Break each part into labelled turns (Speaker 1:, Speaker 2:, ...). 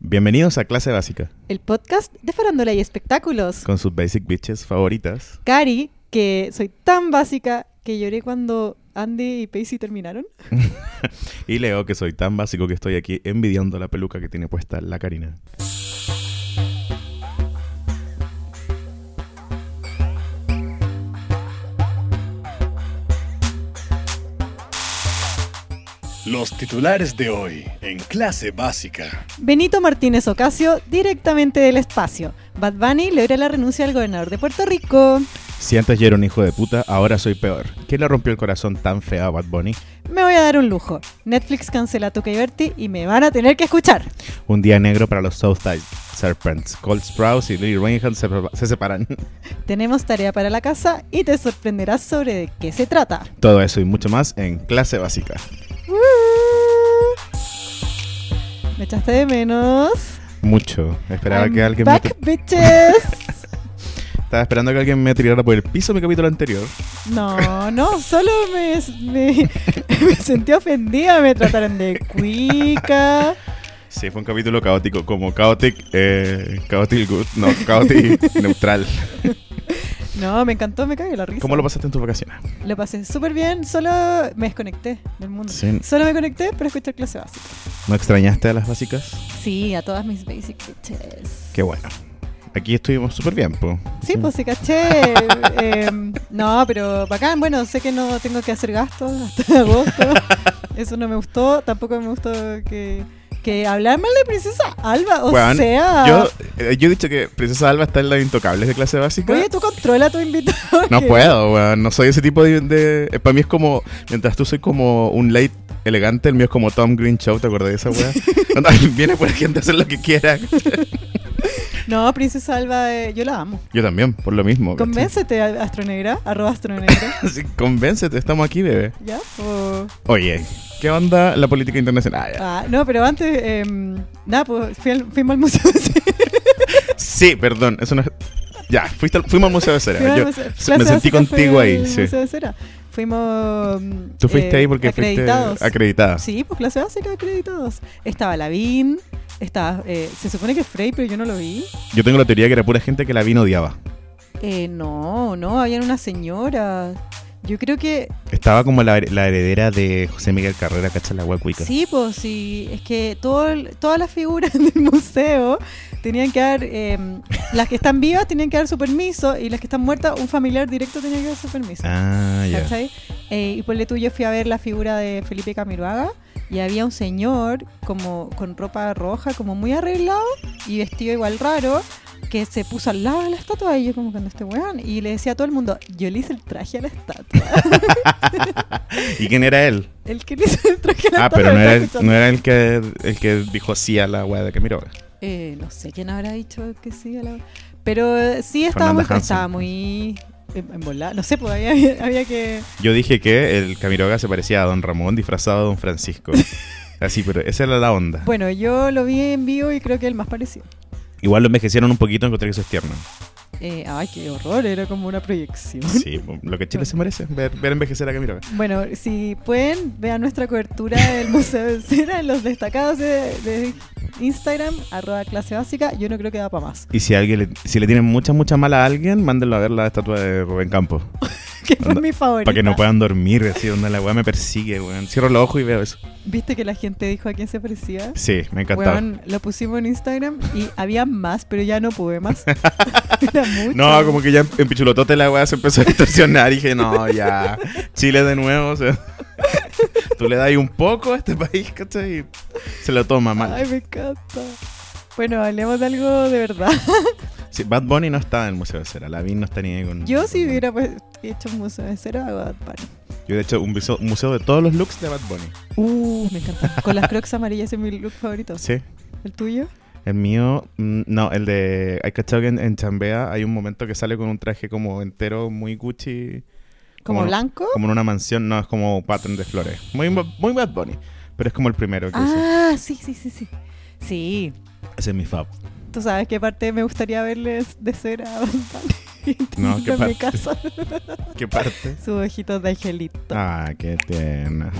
Speaker 1: Bienvenidos a Clase Básica,
Speaker 2: El podcast de farándula y espectáculos.
Speaker 1: con sus basic bitches favoritas.
Speaker 2: Cari, que soy tan básica que lloré cuando Andy y Pacey terminaron.
Speaker 1: Y Leo, que soy tan básico que estoy aquí envidiando la peluca que tiene puesta la Karina.
Speaker 3: Los titulares de hoy en clase básica.
Speaker 2: Benito Martínez Ocasio, directamente del espacio. Bad Bunny le la renuncia al gobernador de Puerto Rico.
Speaker 1: Si antes yo era un hijo de puta, ahora soy peor. ¿Quién le rompió el corazón tan feo a Bad Bunny?
Speaker 2: Me voy a dar un lujo. Netflix cancela Tuca y Berti y me van a tener que escuchar.
Speaker 1: Un día negro para los Southside Serpents. Cold Sprouse y Lily Reinhardt se, se separan.
Speaker 2: Tenemos tarea para la casa y te sorprenderás sobre de qué se trata.
Speaker 1: Todo eso y mucho más en Clase Básica. Uh.
Speaker 2: Me echaste de menos.
Speaker 1: Mucho. Esperaba
Speaker 2: I'm
Speaker 1: que alguien me
Speaker 2: back, bitches.
Speaker 1: Estaba esperando que alguien me tirara por el piso mi capítulo anterior.
Speaker 2: No, no, solo me, me, me sentí ofendida, me trataron de cuica.
Speaker 1: Sí, fue un capítulo caótico, como chaotic, eh, chaotic good, no, chaotic neutral.
Speaker 2: No, me encantó, me cagué la risa.
Speaker 1: ¿Cómo lo pasaste en tus vacaciones?
Speaker 2: Lo pasé súper bien, solo me desconecté del mundo.
Speaker 1: Sí.
Speaker 2: Solo me conecté para escuchar clase básica.
Speaker 1: ¿No extrañaste a las básicas?
Speaker 2: Sí, a todas mis basic bitches.
Speaker 1: Qué bueno. Aquí estuvimos súper bien, po.
Speaker 2: Sí, pues sí, caché. Em, no, pero bacán, bueno, sé que no tengo que hacer gastos hasta agosto. Eso no me gustó, tampoco me gustó que, que hablar mal de Princesa Alba, o
Speaker 1: Weón,
Speaker 2: sea...
Speaker 1: Yo, eh, yo he dicho que Princesa Alba está en las intocables de clase básica.
Speaker 2: Oye, tú controla a tu invitado.
Speaker 1: no
Speaker 2: que-
Speaker 1: puedo, weón. No soy ese tipo de... para mí es como... Mientras tú soy como un late elegante, el mío es como Tom Green Show, ¿te acordás de esa weá? Onda, Viene por gente a hacer lo que quiera.
Speaker 2: No, Princesa Alba, eh, yo la amo.
Speaker 1: Yo también, por lo mismo. ¿cachai?
Speaker 2: Convéncete, a- astronegra, arroba astronegra.
Speaker 1: Sí, convéncete, estamos aquí, bebé.
Speaker 2: ¿Ya? O-
Speaker 1: Oye, ¿qué onda la política internacional? Ah,
Speaker 2: Ah, no, pero antes, em, nada, pues fui al, fuimos al museo de cera.
Speaker 1: ya. Sí, perdón, eso no es... Ya, fuiste al- fuimos al Museo de Cera.
Speaker 2: Fuimos al
Speaker 1: Yo
Speaker 2: museo-
Speaker 1: s-
Speaker 2: Plaza
Speaker 1: me
Speaker 2: de
Speaker 1: sentí
Speaker 2: Cera fue
Speaker 1: contigo ahí,
Speaker 2: el
Speaker 1: sí.
Speaker 2: Museo de cera. Fuimos. mm,
Speaker 1: Tú fuiste
Speaker 2: eh,
Speaker 1: ahí porque
Speaker 2: acreditados.
Speaker 1: fuiste acreditada.
Speaker 2: Sí, pues clase básica acreditados. Estaba Lavín, estaba. eh, se supone que Frey, pero yo no lo vi.
Speaker 1: Yo tengo la teoría que era pura gente que la vino odiaba.
Speaker 2: Eh, no, no, habían una señora. Yo creo que
Speaker 1: Estaba como la, la heredera de José Miguel Carrera, ¿cachai? La huecuica.
Speaker 2: Sí, pues sí, es que todo, el- todas las figuras del museo tenían que dar, eh, las que están vivas tenían que dar su permiso y las que están muertas, un familiar directo tenía que dar su permiso.
Speaker 1: Ah, ya.
Speaker 2: ¿cachai? Eh, y por lo tuyo fui a ver la figura de Felipe Camiroaga y había un señor como con ropa roja, como muy arreglado y vestido igual raro, que se puso al lado de la estatua y yo como cuando este weón y le decía a todo el mundo, yo le hice el traje a la estatua.
Speaker 1: ¿Y quién era él?
Speaker 2: El que le hizo el traje a la
Speaker 1: Ah,
Speaker 2: estatua.
Speaker 1: pero no
Speaker 2: me
Speaker 1: era,
Speaker 2: está
Speaker 1: el-
Speaker 2: escuchando.
Speaker 1: no era el que el que dijo sí a la hueá de Camiroaga.
Speaker 2: Eh, no sé quién habrá dicho que sí a la- Pero eh, sí estaba muy,
Speaker 1: Fernanda Hansen.
Speaker 2: estaba muy en- envolada. No sé, pues había, había que.
Speaker 1: Yo dije que el Camiroaga se parecía a Don Ramón disfrazado de Don Francisco. Así, pero esa era la onda.
Speaker 2: Bueno, yo lo vi en vivo y creo que el más parecido.
Speaker 1: Igual lo envejecieron un poquito, encontré que eso es tierno.
Speaker 2: Eh, ay, qué horror, era como una proyección.
Speaker 1: Sí, lo que Chile se merece, ver, ver envejecer a Camiroaga.
Speaker 2: Bueno, si pueden, vean nuestra cobertura del Museo de Cera en los destacados de, de Instagram, arroba clase básica. Yo no creo que da para más.
Speaker 1: Y si alguien le- si le tienen mucha, mucha mala a alguien, mándenlo a ver la estatua de Rubén Campos.
Speaker 2: Que fue
Speaker 1: Anda,
Speaker 2: mi favorita.
Speaker 1: Para que no puedan dormir, así onda la weá me persigue, weón. Cierro los ojos y veo eso.
Speaker 2: ¿Viste que la gente dijo a quién se parecía?
Speaker 1: Sí, me encantaba.
Speaker 2: Weón, lo pusimos en Instagram y había más, pero ya no pude más. Era mucho.
Speaker 1: no, como que ya en- en Pichulotote la weá se empezó a distorsionar y dije, no, ya, Chile de nuevo, o sea, tú le das un poco a este país, ¿cachai? Y se lo toma
Speaker 2: Ay,
Speaker 1: mal.
Speaker 2: me encanta. Bueno, hablemos de algo de verdad.
Speaker 1: Sí, Bad Bunny no está en el Museo de Cera, la no está ni ahí con...
Speaker 2: Yo si hubiera pues, hecho un museo de cero, hago Bad Bunny.
Speaker 1: Yo de hecho un museo, un museo de todos los looks de Bad Bunny.
Speaker 2: Uh, me encanta. Con las crocs amarillas es mi look favorito.
Speaker 1: Sí.
Speaker 2: ¿El tuyo?
Speaker 1: El mío, mm, no, el de. Hay cachado que en, en Chambea hay un momento que sale con un traje como entero, muy Gucci,
Speaker 2: ¿Como
Speaker 1: Como-
Speaker 2: blanco?
Speaker 1: como en una mansión, no, es como pattern de flores. Muy, ba- muy Bad Bunny, pero es como el primero que hizo.
Speaker 2: Ah, sí, sí, sí, sí. Sí.
Speaker 1: Ese es mi fab.
Speaker 2: ¿Tú sabes qué parte me gustaría verles de cera a Bad Bunny?
Speaker 1: No, ¿qué
Speaker 2: En mi
Speaker 1: parte?
Speaker 2: casa.
Speaker 1: ¿Qué parte?
Speaker 2: Sus ojitos de angelito.
Speaker 1: Ah, qué tierna.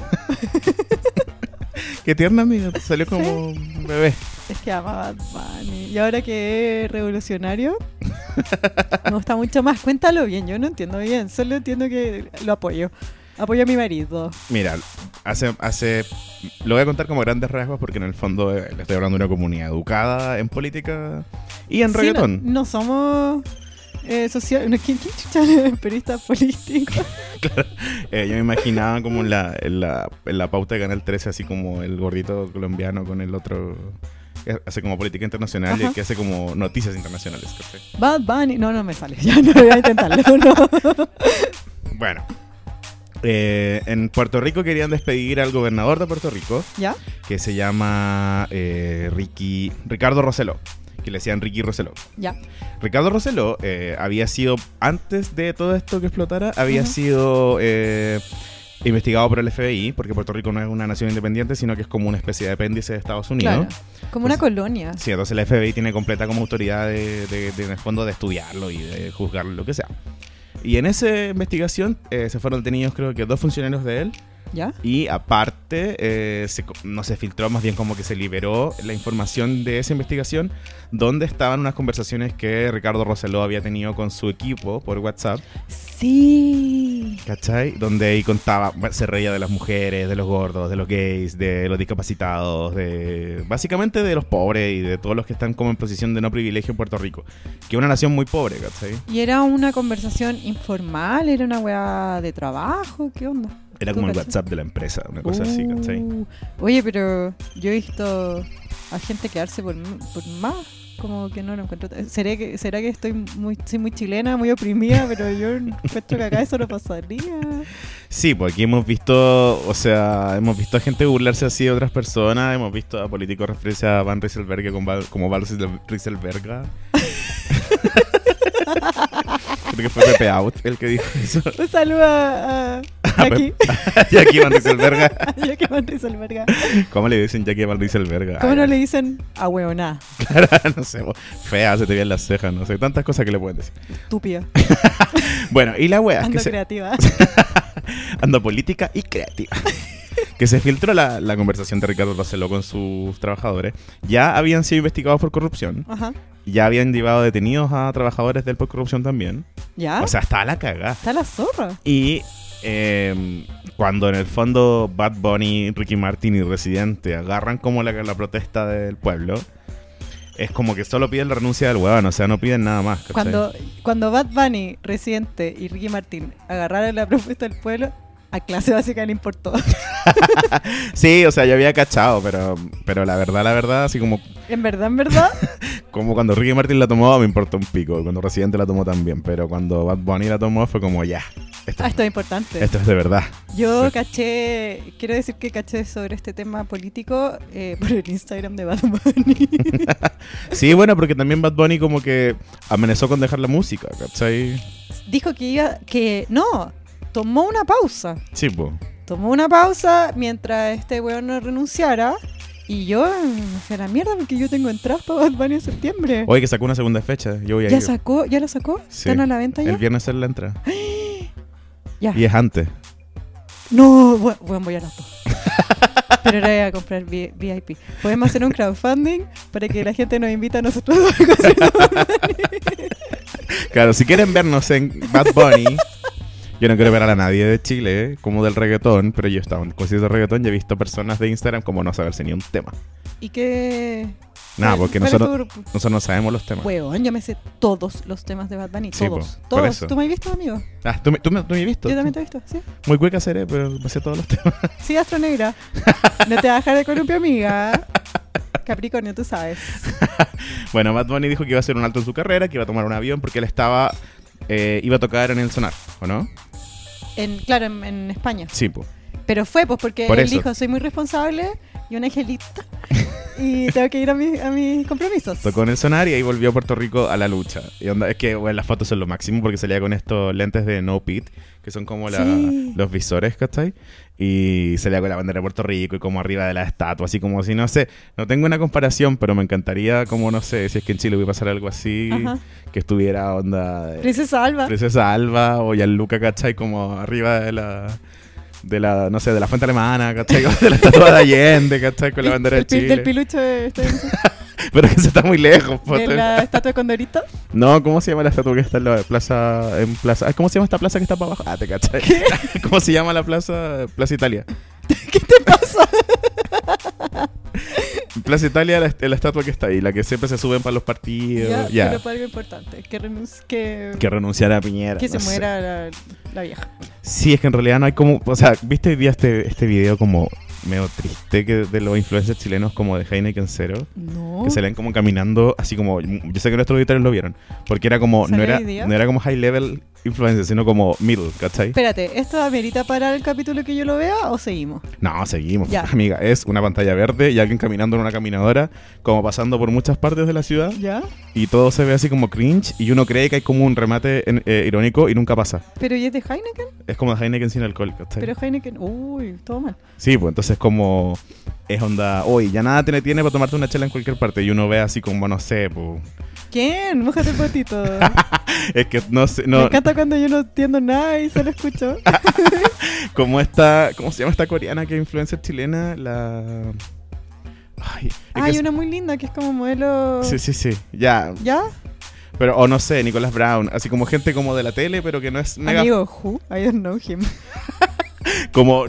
Speaker 1: Qué tierna, amiga. Te salió como un bebé.
Speaker 2: Es que ama Bad Bunny. Y ahora que es revolucionario, me gusta mucho más. Cuéntalo bien, yo no entiendo bien. Solo entiendo que lo apoyo. Apoyo a mi marido.
Speaker 1: Mira, hace, hace. Lo voy a contar como grandes rasgos porque en el fondo eh, le estoy hablando de una comunidad educada en política y en
Speaker 2: Sí,
Speaker 1: reggaetón.
Speaker 2: No, no somos eh, social... no, ¿Quién, quién chucha es periodista político?
Speaker 1: Eh, yo me imaginaba como en la, en, la, en la pauta de Canal 13, así como el gordito colombiano con el otro. que hace como política internacional y
Speaker 2: Ajá.
Speaker 1: el que hace como noticias internacionales. ¿cachai?
Speaker 2: Bad Bunny. No, no me sale. Ya no voy a intentarlo. No.
Speaker 1: Bueno. Eh, en Puerto Rico querían despedir al gobernador de Puerto Rico,
Speaker 2: ¿Ya?
Speaker 1: que se llama eh, Ricky, Ricardo Roseló, que le decían Ricky Roseló.
Speaker 2: Ya.
Speaker 1: Ricardo Roseló eh, había sido, antes de todo esto que explotara, había
Speaker 2: Ujú.
Speaker 1: sido eh, investigado por el FBI, porque Puerto Rico no es una nación independiente, sino que es como una especie de apéndice de Estados Unidos.
Speaker 2: Claro. Como una
Speaker 1: Entonces-
Speaker 2: colonia.
Speaker 1: Pues, Sí, entonces el FBI tiene completa como autoridad de, de- de, en el fondo de estudiarlo y de juzgarlo, lo que sea. Y en esa investigación eh, se fueron detenidos creo que dos funcionarios de él
Speaker 2: ¿Ya?
Speaker 1: y aparte eh, se co- no se filtró, más bien como que se liberó la información de esa investigación donde estaban unas conversaciones que Ricardo Roseló había tenido con su equipo por WhatsApp,
Speaker 2: Sí.
Speaker 1: ¿cachai? Donde ahí contaba, bueno, se reía de las mujeres, de los gordos, de los gays, de los discapacitados, de básicamente de los pobres y de todos los que están como en posición de no privilegio en Puerto Rico, que es una nación muy pobre, ¿cachai?
Speaker 2: ¿Y era una conversación informal? ¿Era una weá de trabajo? ¿Qué onda?
Speaker 1: Era
Speaker 2: ¿Tú
Speaker 1: como el
Speaker 2: cachai?
Speaker 1: WhatsApp de la empresa, una cosa así,
Speaker 2: Uh,
Speaker 1: ¿cachai?
Speaker 2: Oye, pero yo he visto a gente quedarse por, m- por más. Como que no lo encuentro. tan- ¿Será que, será que estoy muy, soy muy chilena, muy oprimida? Pero yo encuentro que acá eso no pasaría.
Speaker 1: Sí, pues aquí hemos visto, o sea, hemos visto a gente burlarse así de otras personas, hemos visto a políticos referirse a Van Rieselberg con Val- como Van Riesel- Rieselberga. Creo que fue Pepe Out el que dijo eso.
Speaker 2: Un saludo a, a Jackie.
Speaker 1: Jackie Van Rieselberga.
Speaker 2: a Jackie Van Rieselberga.
Speaker 1: ¿Cómo le dicen Jackie Van Rieselberga?
Speaker 2: ¿Cómo no
Speaker 1: Ay,
Speaker 2: le dicen a hueoná?
Speaker 1: no sé, bo- fea, se te veían las cejas, no sé, tantas cosas que le pueden decir.
Speaker 2: Estúpida.
Speaker 1: Bueno, y la wea es
Speaker 2: Ando
Speaker 1: que se,
Speaker 2: creativa.
Speaker 1: Ando política y creativa. que se filtró la, la conversación de Ricardo Rosselló con sus trabajadores. Ya habían sido investigados por corrupción.
Speaker 2: Ajá.
Speaker 1: Ya habían llevado detenidos a trabajadores del por corrupción también.
Speaker 2: ¿Ya?
Speaker 1: O sea, estaba la cagada.
Speaker 2: Está la zorra.
Speaker 1: Y eh, cuando en el fondo Bad Bunny, Ricky Martin y Residente agarran como la, la protesta del pueblo, es como que solo piden la renuncia del huevón. O sea, no piden nada más. ¿cachai?
Speaker 2: Cuando, cuando Bad Bunny, Residente y Ricky Martín agarraron la propuesta del pueblo, a clase básica le importó.
Speaker 1: Sí, o sea, yo había cachado, pero, pero la verdad, la verdad, así como
Speaker 2: en verdad, en verdad,
Speaker 1: Como cuando Ricky Martin la tomó, me importó un pico. Cuando Residente la tomó también. Pero cuando Bad Bunny la tomó, fue como ya. Esto,
Speaker 2: ah, esto es importante.
Speaker 1: esto es de verdad.
Speaker 2: Yo
Speaker 1: sí.
Speaker 2: caché, quiero decir que caché sobre este tema político eh, por el Instagram de Bad Bunny.
Speaker 1: Sí, bueno, porque también Bad Bunny como que amenazó con dejar la música, ¿cachai?
Speaker 2: Dijo que iba, que no, tomó una pausa.
Speaker 1: Sí, po.
Speaker 2: Tomó una pausa mientras este weón no renunciara. Y yo mm, me fui a la mierda porque yo tengo entradas para Bad Bunny en septiembre.
Speaker 1: Oye, que sacó una segunda fecha. Yo voy a
Speaker 2: ¿Ya
Speaker 1: ir.
Speaker 2: sacó? ¿Ya la sacó?
Speaker 1: Sí.
Speaker 2: ¿Están a la venta ya?
Speaker 1: El viernes es la entrada.
Speaker 2: Ya.
Speaker 1: Y es antes.
Speaker 2: No, bu- bueno, voy a las dos. Pero ahora voy a comprar vi- VIP. Podemos hacer un crowdfunding para que la gente nos invite a nosotros dos a conciertos.
Speaker 1: Claro, si quieren vernos en Bad Bunny. Yo no quiero ver a nadie de Chile, ¿eh? como del reggaetón, pero yo estaba en concierto de reggaetón y he visto personas de Instagram como no saberse ni un tema.
Speaker 2: ¿Y qué?
Speaker 1: Nada,
Speaker 2: cuál-
Speaker 1: porque
Speaker 2: cuál es tu
Speaker 1: nosotros,
Speaker 2: grupo?
Speaker 1: nosotros no sabemos los temas.
Speaker 2: Weón, yo me sé todos los temas de Bad Bunny.
Speaker 1: Sí,
Speaker 2: todos.
Speaker 1: po, por
Speaker 2: todos.
Speaker 1: eso.
Speaker 2: ¿Tú me has visto, amigo?
Speaker 1: Ah, tú me, tú me- tú me has visto.
Speaker 2: Yo también te he visto, ¿sí?
Speaker 1: Muy cueca seré, pero me sé todos los temas.
Speaker 2: Sí, Astro Negra. No te vas a dejar de columpio, amiga. Capricornio, tú sabes.
Speaker 1: Bueno, Bad Bunny dijo que iba a hacer un alto en su carrera, que iba a tomar un avión porque él estaba. eh, iba a tocar en el sonar, ¿o no?
Speaker 2: En, claro, en, en España.
Speaker 1: Sí, po.
Speaker 2: Pero fue, pues, porque
Speaker 1: Por
Speaker 2: él
Speaker 1: eso.
Speaker 2: dijo, soy muy responsable y un angelita. y tengo que ir a, mis- a mis compromisos.
Speaker 1: Tocó en el sonar y ahí volvió a Puerto Rico a la lucha. Y onda, es que bueno, las fotos son lo máximo porque salía con estos lentes de No Pit, que son como la-
Speaker 2: Sí.
Speaker 1: los visores, ¿cachai? Y salía con la bandera de Puerto Rico y como arriba de la estatua, así como si, no sé, no tengo una comparación, pero me encantaría, como no sé, si es que en Chile hubiera pasar algo así,
Speaker 2: Ajá.
Speaker 1: que estuviera onda. eh,
Speaker 2: Princesa Alba.
Speaker 1: Princesa Alba o Gianluca, ¿cachai? Como arriba de la, de la, no sé, de la fuente alemana, ¿cachai? De la estatua de Allende, ¿cachai? Con la bandera
Speaker 2: el,
Speaker 1: de
Speaker 2: pil-
Speaker 1: Chile.
Speaker 2: del pilucho de, este-
Speaker 1: Pero que se está muy lejos, po.
Speaker 2: de la estatua de Condorito.
Speaker 1: No, ¿cómo se llama la estatua que está en la plaza? En plaza ah, ¿Cómo se llama esta plaza que está para abajo? Ah, te cachai. ¿Cómo se llama la plaza? Plaza Italia.
Speaker 2: ¿Qué te pasa?
Speaker 1: En Plaza Italia la, est- la estatua que está ahí, la que siempre se suben para los partidos. Ya.
Speaker 2: Ya, Pero para algo importante, que, renuncie- que,
Speaker 1: Que renunciara a Piñera.
Speaker 2: que se
Speaker 1: no sé.
Speaker 2: muera la, la vieja.
Speaker 1: Sí, es que en realidad no hay como. O sea, ¿viste hoy día este, este video como medio triste que de los influencers chilenos como de Heineken Cero?
Speaker 2: No.
Speaker 1: Que salen como caminando, así como. Yo sé que nuestros auditores lo vieron. Porque era como. No
Speaker 2: ¿Sale
Speaker 1: era,
Speaker 2: hoy día?
Speaker 1: no era como high level influencer, sino como middle, ¿cachai?
Speaker 2: Espérate, ¿esto amerita parar el capítulo que yo lo vea o seguimos?
Speaker 1: No, seguimos.
Speaker 2: Ya.
Speaker 1: Amiga, es una pantalla verde y alguien caminando en una caminadora, como pasando por muchas partes de la ciudad,
Speaker 2: ¿Ya?
Speaker 1: y todo se ve así como cringe, y uno cree que hay como un remate en- eh, irónico y nunca pasa.
Speaker 2: ¿Pero y es de Heineken?
Speaker 1: Es como Heineken sin alcohol, ¿cachai?
Speaker 2: Pero Heineken... Uy, todo mal.
Speaker 1: Sí, pues entonces como es onda, hoy ya nada te detiene para tomarte una chela en cualquier parte y uno ve así como, no sé, pues,
Speaker 2: ¿Quién? Mójate el potito.
Speaker 1: es que no sé,
Speaker 2: Me
Speaker 1: Ah, no,
Speaker 2: encanta cuando yo no entiendo nada y solo escucho.
Speaker 1: como esta, ¿cómo se llama esta coreana que es influencer chilena? La... Ay, es que
Speaker 2: Ah, hay
Speaker 1: es-
Speaker 2: una muy linda que es como modelo...
Speaker 1: Sí, sí, sí, ya,
Speaker 2: ¿Ya?
Speaker 1: pero, o no sé, Nicolás Brown, así como gente como de la tele, pero que no es mega,
Speaker 2: Amigo, who? I don't know him.
Speaker 1: como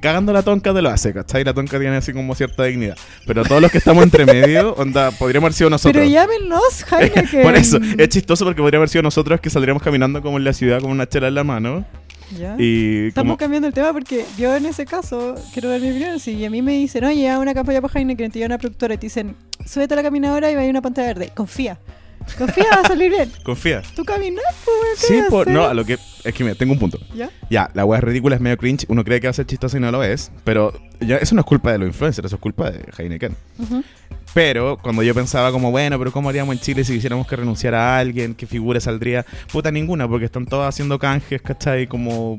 Speaker 1: cagando la tonca te lo hace, ¿cachai? La tonca tiene así como cierta dignidad, pero todos los que estamos entre medio, onda, podríamos haber sido nosotros.
Speaker 2: Pero mm. llámenos, Heineken.
Speaker 1: Por eso, es chistoso porque podría haber sido nosotros que saldríamos caminando como en la ciudad con una chela en la mano.
Speaker 2: Ya.
Speaker 1: Y
Speaker 2: Estamos
Speaker 1: como,
Speaker 2: cambiando el tema porque yo en ese caso quiero dar mi opinión. Si a mí me dicen, oye, a una campaña para Heineken, te lleva una productora y te dicen, súbete a la caminadora y va a ir una pantalla verde. Confía. Confía, va a salir bien.
Speaker 1: confía.
Speaker 2: Tú caminas, pues, weón, ¿qué
Speaker 1: Sí,
Speaker 2: vas a
Speaker 1: por,
Speaker 2: hacer?
Speaker 1: no, a lo que. Es que mira, tengo un punto.
Speaker 2: ¿Ya?
Speaker 1: Ya, la wea es ridícula, es medio cringe. Uno cree que va a ser chistoso y no lo es. Pero ya, eso no es culpa de los influencers, eso es culpa de Heineken.
Speaker 2: Ujú.
Speaker 1: Pero cuando yo pensaba, como bueno, pero ¿cómo haríamos en Chile si quisiéramos que renunciara a alguien? ¿Qué figura saldría? Puta ninguna, porque están todos haciendo canjes, ¿cachai? Como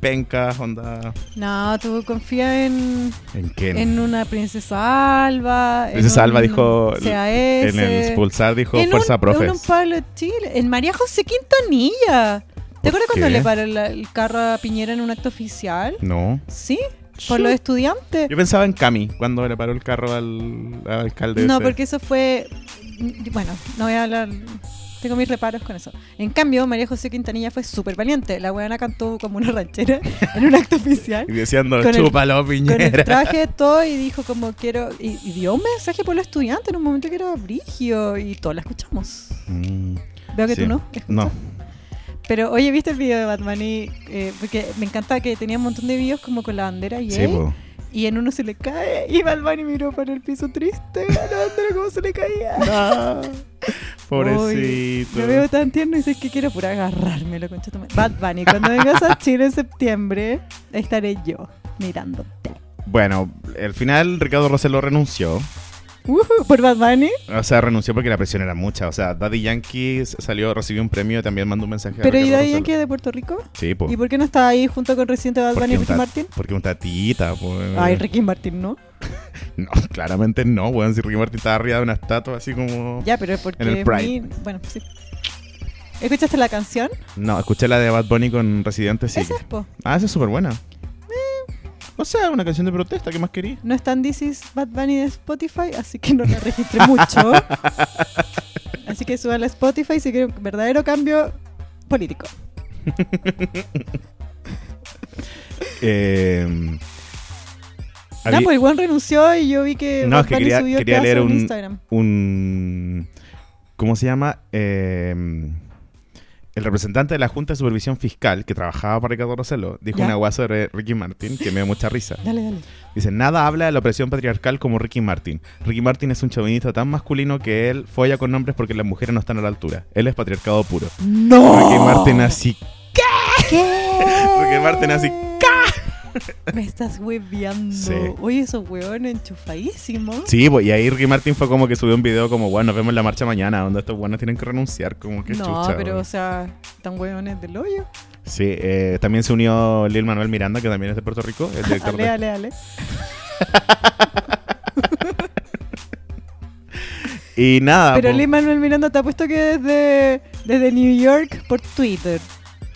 Speaker 1: pencas, onda.
Speaker 2: No, tú confía en,
Speaker 1: ¿En qué?
Speaker 2: en una princesa Alba. en
Speaker 1: Princesa Alba dijo-
Speaker 2: CAS,
Speaker 1: En el Pulsar dijo
Speaker 2: en un-
Speaker 1: Fuerza Profes.
Speaker 2: En un Pablo Chile. En María José Quintanilla. ¿Te
Speaker 1: ¿Por
Speaker 2: acuerdas cuando
Speaker 1: qué?
Speaker 2: le paró la- el carro a Piñera en un acto oficial?
Speaker 1: No.
Speaker 2: Sí, por los estudiantes.
Speaker 1: Yo pensaba en Cami cuando le paró el carro al, al alcalde.
Speaker 2: No,
Speaker 1: ese.
Speaker 2: porque eso fue. Bueno, no voy a hablar. Tengo mis reparos con eso. En cambio, María José Quintanilla fue súper valiente. La weona cantó como una ranchera en un acto oficial.
Speaker 1: Y diciendo,
Speaker 2: con el-
Speaker 1: chúpalo,
Speaker 2: Con el
Speaker 1: Piñera.
Speaker 2: traje todo y dijo como quiero... Y, y dio un mensaje por los estudiantes en un momento que era brigio y todos la escuchamos.
Speaker 1: Mm,
Speaker 2: Veo que
Speaker 1: sí.
Speaker 2: tú no.
Speaker 1: No.
Speaker 2: Pero oye, ¿viste el video de Batman? Y, eh, porque me encanta que tenía un montón de videos como con la bandera y
Speaker 1: Sí, po.
Speaker 2: y en uno se le cae y Batman miró para el piso triste a la bandera como se le caía.
Speaker 1: Pobrecito.
Speaker 2: Lo Ah. veo tan tierno y sé que quiero pura agarrármelo, concha tu madre. Bad Bunny, cuando vengas a Chile en septiembre, estaré yo mirándote.
Speaker 1: Bueno, al final Ricardo Rosselló renunció.
Speaker 2: Ujú, por Bad Bunny,
Speaker 1: O sea, renunció porque la presión era mucha. O sea, Daddy Yankee salió, recibió un premio y también mandó un mensaje
Speaker 2: pero
Speaker 1: a
Speaker 2: ¿y
Speaker 1: Ricardo
Speaker 2: Daddy Yankee
Speaker 1: Rosselló.
Speaker 2: es de Puerto Rico?
Speaker 1: Sí, po.
Speaker 2: ¿Y por qué no está ahí junto con reciente Bad Bunny y
Speaker 1: un
Speaker 2: Ricky
Speaker 1: tat-
Speaker 2: Martín?
Speaker 1: porque un tatita, po.
Speaker 2: Ay, Ricky Martín no.
Speaker 1: No, claramente no, weón. Si Ricky Martin estaba arriba de una estatua así como.
Speaker 2: Ya, pero es porque
Speaker 1: En el
Speaker 2: es
Speaker 1: Pride.
Speaker 2: mi- Bueno, sí. ¿Escuchaste la canción?
Speaker 1: No, escuché la de Bad Bunny con Residente, sí.
Speaker 2: Esa Eh. es, po.
Speaker 1: Ah, esa es súper buena. O sea, una canción de protesta, ¿qué más querí?
Speaker 2: No está en This is Bad Bunny de Spotify, así que no la registré mucho. así que suban a Spotify si quieren un verdadero cambio político.
Speaker 1: Eh,
Speaker 2: No,
Speaker 1: habí-
Speaker 2: pues igual renunció y yo vi que
Speaker 1: Ah, No,
Speaker 2: Bad
Speaker 1: es que
Speaker 2: Bunny
Speaker 1: quería-
Speaker 2: subió el
Speaker 1: quería leer
Speaker 2: pedazo en
Speaker 1: un-
Speaker 2: Instagram.
Speaker 1: un... ¿Cómo se llama? Eh, el representante de la Junta de Supervisión Fiscal que trabajaba para Ricardo Rossello dijo
Speaker 2: ¿Ya?
Speaker 1: una guasa sobre Ricky Martin que me dio mucha risa.
Speaker 2: Dale, dale.
Speaker 1: Dice, nada habla de la opresión patriarcal como Ricky Martin. Ricky Martin es un chauvinista tan masculino que él folla con hombres porque las mujeres no están a la altura. Él es patriarcado puro.
Speaker 2: ¡No!
Speaker 1: Ricky Martin así...
Speaker 2: ¿Qué?
Speaker 1: Ricky Martin así,
Speaker 2: Me estás hueveando.
Speaker 1: Sí.
Speaker 2: Oye, esos hueones enchufadísimos.
Speaker 1: Sí, pues, y ahí Ricky Martin fue como que subió un video como, bueno, nos vemos en la marcha mañana, donde estos buenos tienen que renunciar, como que
Speaker 2: no,
Speaker 1: chucha.
Speaker 2: pero
Speaker 1: weón".
Speaker 2: o sea, están hueones del hoyo.
Speaker 1: Sí, eh, también se unió Lil Manuel Miranda, que también es de Puerto Rico, el director
Speaker 2: Ale,
Speaker 1: de
Speaker 2: ale, ale.
Speaker 1: Y nada.
Speaker 2: Pero
Speaker 1: Ah, po.
Speaker 2: Lee Manuel Miranda te ha puesto que desde, desde New York por Twitter.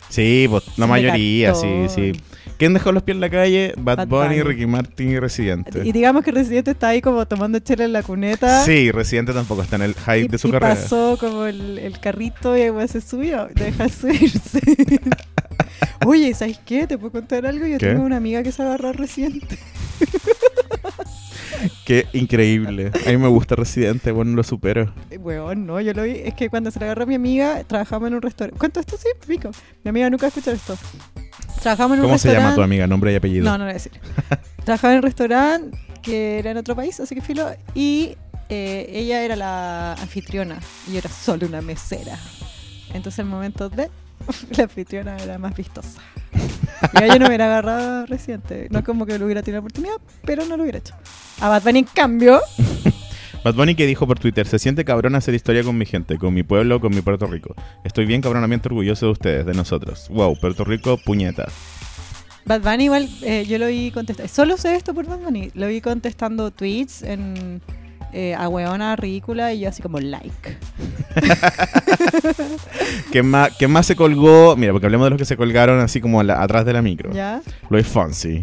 Speaker 1: Sí, pues la
Speaker 2: Se me
Speaker 1: mayoría, sí,
Speaker 2: captó.
Speaker 1: sí. ¿Quién dejó los pies en la calle? Bad,
Speaker 2: Bad
Speaker 1: Bunny,
Speaker 2: Bunny.
Speaker 1: Ricky Martin y Residente.
Speaker 2: Y digamos que Residente está ahí como tomando chela en la cuneta.
Speaker 1: Sí, Residente tampoco está en el hype
Speaker 2: Y,
Speaker 1: de su
Speaker 2: y
Speaker 1: carrera.
Speaker 2: pasó como el, el carrito y el se subió, deja subirse. Oye, ¿sabes qué? ¿Te puedo contar algo? Yo
Speaker 1: ¿Qué?
Speaker 2: tengo una amiga que se agarró reciente.
Speaker 1: Qué increíble. A mí me gusta Residente, bueno, lo supero.
Speaker 2: Weón, no, yo lo vi. Es que cuando se la agarró mi amiga, trabajamos en un restaurante. ¿Cuánto esto? Sí, pico. Mi amiga nunca escucha esto. Trabajamos en un
Speaker 1: ¿Cómo se llama
Speaker 2: restaurante.
Speaker 1: tu amiga? Nombre y apellido.
Speaker 2: No, no lo voy a decir. Trabajaba en un restaurante que era en otro país, así que filo. Y eh, ella era la anfitriona y yo era solo una mesera. Entonces, el momento de la anfitriona era más vistosa. Y a ella no me hubiera agarrado reciente. No es como que lo hubiera tenido la oportunidad, pero no lo hubiera hecho. A Bad Bunny, en cambio,
Speaker 1: Bad Bunny que dijo por Twitter, se siente cabrón hacer historia con mi gente, con mi pueblo, con mi Puerto Rico. Estoy bien cabronamente orgulloso de ustedes, de nosotros. Wow, Puerto Rico, puñetas.
Speaker 2: Bad Bunny igual, eh, yo lo vi contestando, solo sé esto por Bad Bunny, lo vi contestando tweets en eh, a hueona ridícula y yo así como like.
Speaker 1: ¿Quién más, quién más se colgó? Mira, porque hablemos de los que se colgaron así como a la- atrás de la micro.
Speaker 2: ¿Ya?
Speaker 1: Luis Fonsi.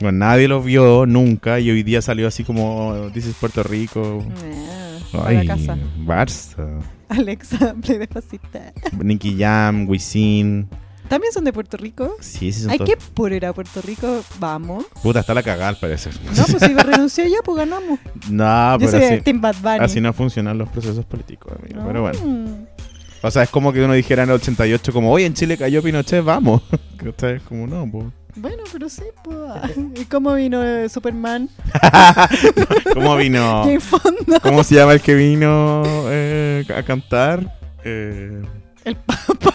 Speaker 1: Bueno, nadie lo vio nunca y hoy día salió así como, dices Puerto Rico.
Speaker 2: Ah, para
Speaker 1: Ay,
Speaker 2: casa.
Speaker 1: Barça.
Speaker 2: Alexa, play despacita.
Speaker 1: Nicky Jam, Wisin.
Speaker 2: ¿También son de Puerto Rico?
Speaker 1: Sí, sí, son
Speaker 2: Hay
Speaker 1: todos-
Speaker 2: que por ir a Puerto Rico, vamos.
Speaker 1: Puta, está la cagada al parecer.
Speaker 2: No, pues si renuncié ya, pues ganamos.
Speaker 1: No,
Speaker 2: Yo
Speaker 1: Ah, pero
Speaker 2: soy
Speaker 1: así,
Speaker 2: el Team Bad Bunny.
Speaker 1: así no funcionan los procesos políticos, amigo.
Speaker 2: No.
Speaker 1: Pero bueno. O sea, es como que uno dijera en el 88 como, oye, en Chile cayó Pinochet, vamos. Que ustedes como, no, po.
Speaker 2: Bueno, pero sí, pues. ¿Y cómo vino eh, Superman?
Speaker 1: ¿Cómo vino?
Speaker 2: ¿Qué fondo?
Speaker 1: ¿Cómo se llama el que vino eh, a cantar? Eh,
Speaker 2: El Papa.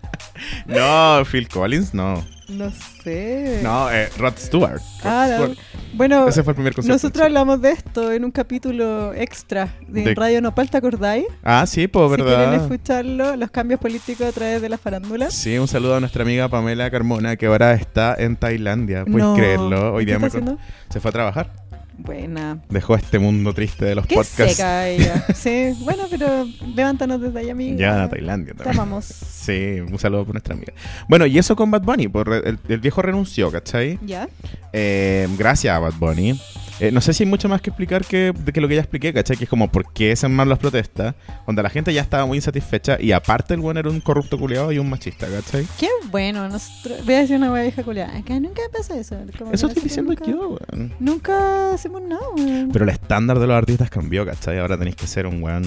Speaker 1: no, Phil Collins, no.
Speaker 2: No sé.
Speaker 1: No, eh, Rod Stewart. Rod
Speaker 2: Ah, la-
Speaker 1: Stewart.
Speaker 2: Bueno,
Speaker 1: Ese fue el primer concierto.
Speaker 2: nosotros hablamos de esto en un capítulo extra de,
Speaker 1: De-
Speaker 2: Radio Nopal, ¿te acordáis?
Speaker 1: Ah, sí, pues,
Speaker 2: Si quieren
Speaker 1: ¿verdad?
Speaker 2: escucharlo, los cambios políticos a través de la farándula.
Speaker 1: Sí, un saludo a nuestra amiga Pamela Carmona, que ahora está en Tailandia. Puedes
Speaker 2: No.
Speaker 1: creerlo. Hoy
Speaker 2: ¿Y qué
Speaker 1: día me
Speaker 2: está
Speaker 1: cont-
Speaker 2: haciendo?
Speaker 1: se fue a trabajar.
Speaker 2: Buena.
Speaker 1: Dejó este mundo triste de los
Speaker 2: Qué
Speaker 1: podcasts.
Speaker 2: seca ella. Sí, bueno, pero levántanos desde allá, amiga.
Speaker 1: Ya a Tailandia
Speaker 2: Te
Speaker 1: también.
Speaker 2: amamos.
Speaker 1: Sí, un saludo por nuestra amiga. Bueno, y eso con Bad Bunny, por re- el, el viejo renunció, ¿cachai?
Speaker 2: ¿Ya?
Speaker 1: Eh, gracias a Bad Bunny. Eh, no sé si hay mucho más que explicar que, de que lo que ya expliqué, ¿cachai? Que es como por qué se armaron las protestas, donde la gente ya estaba muy insatisfecha y aparte el buen era un corrupto culiado y un machista, ¿cachai?
Speaker 2: Qué bueno. Nosotros... Voy a decir una wea vieja culiada. Acá nunca pasa eso. como que
Speaker 1: Eso estoy
Speaker 2: nosotros
Speaker 1: diciendo
Speaker 2: nunca-
Speaker 1: yo, weón.
Speaker 2: Nunca hacemos nada, weón.
Speaker 1: Pero el estándar de los artistas cambió, ¿cachai? Ahora tenéis que ser un weón.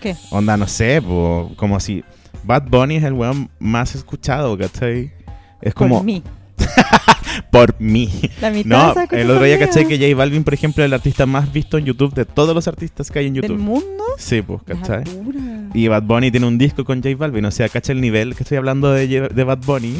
Speaker 2: ¿Qué?
Speaker 1: Onda, no sé, po, como si Bad Bunny es el weón más escuchado, ¿cachai? Es como
Speaker 2: Por mí.
Speaker 1: Por mí.
Speaker 2: La mitad
Speaker 1: No,
Speaker 2: se escucha
Speaker 1: el otro día
Speaker 2: conmigo.
Speaker 1: caché que J Balvin, por ejemplo, es el artista más visto en YouTube de todos los artistas que hay en
Speaker 2: Del
Speaker 1: YouTube.
Speaker 2: mundo.
Speaker 1: Sí, pues, ¿cachai?
Speaker 2: Locura.
Speaker 1: Y Bad Bunny tiene un disco con J Balvin, o sea, cacha el nivel que estoy hablando de, J- de Bad Bunny.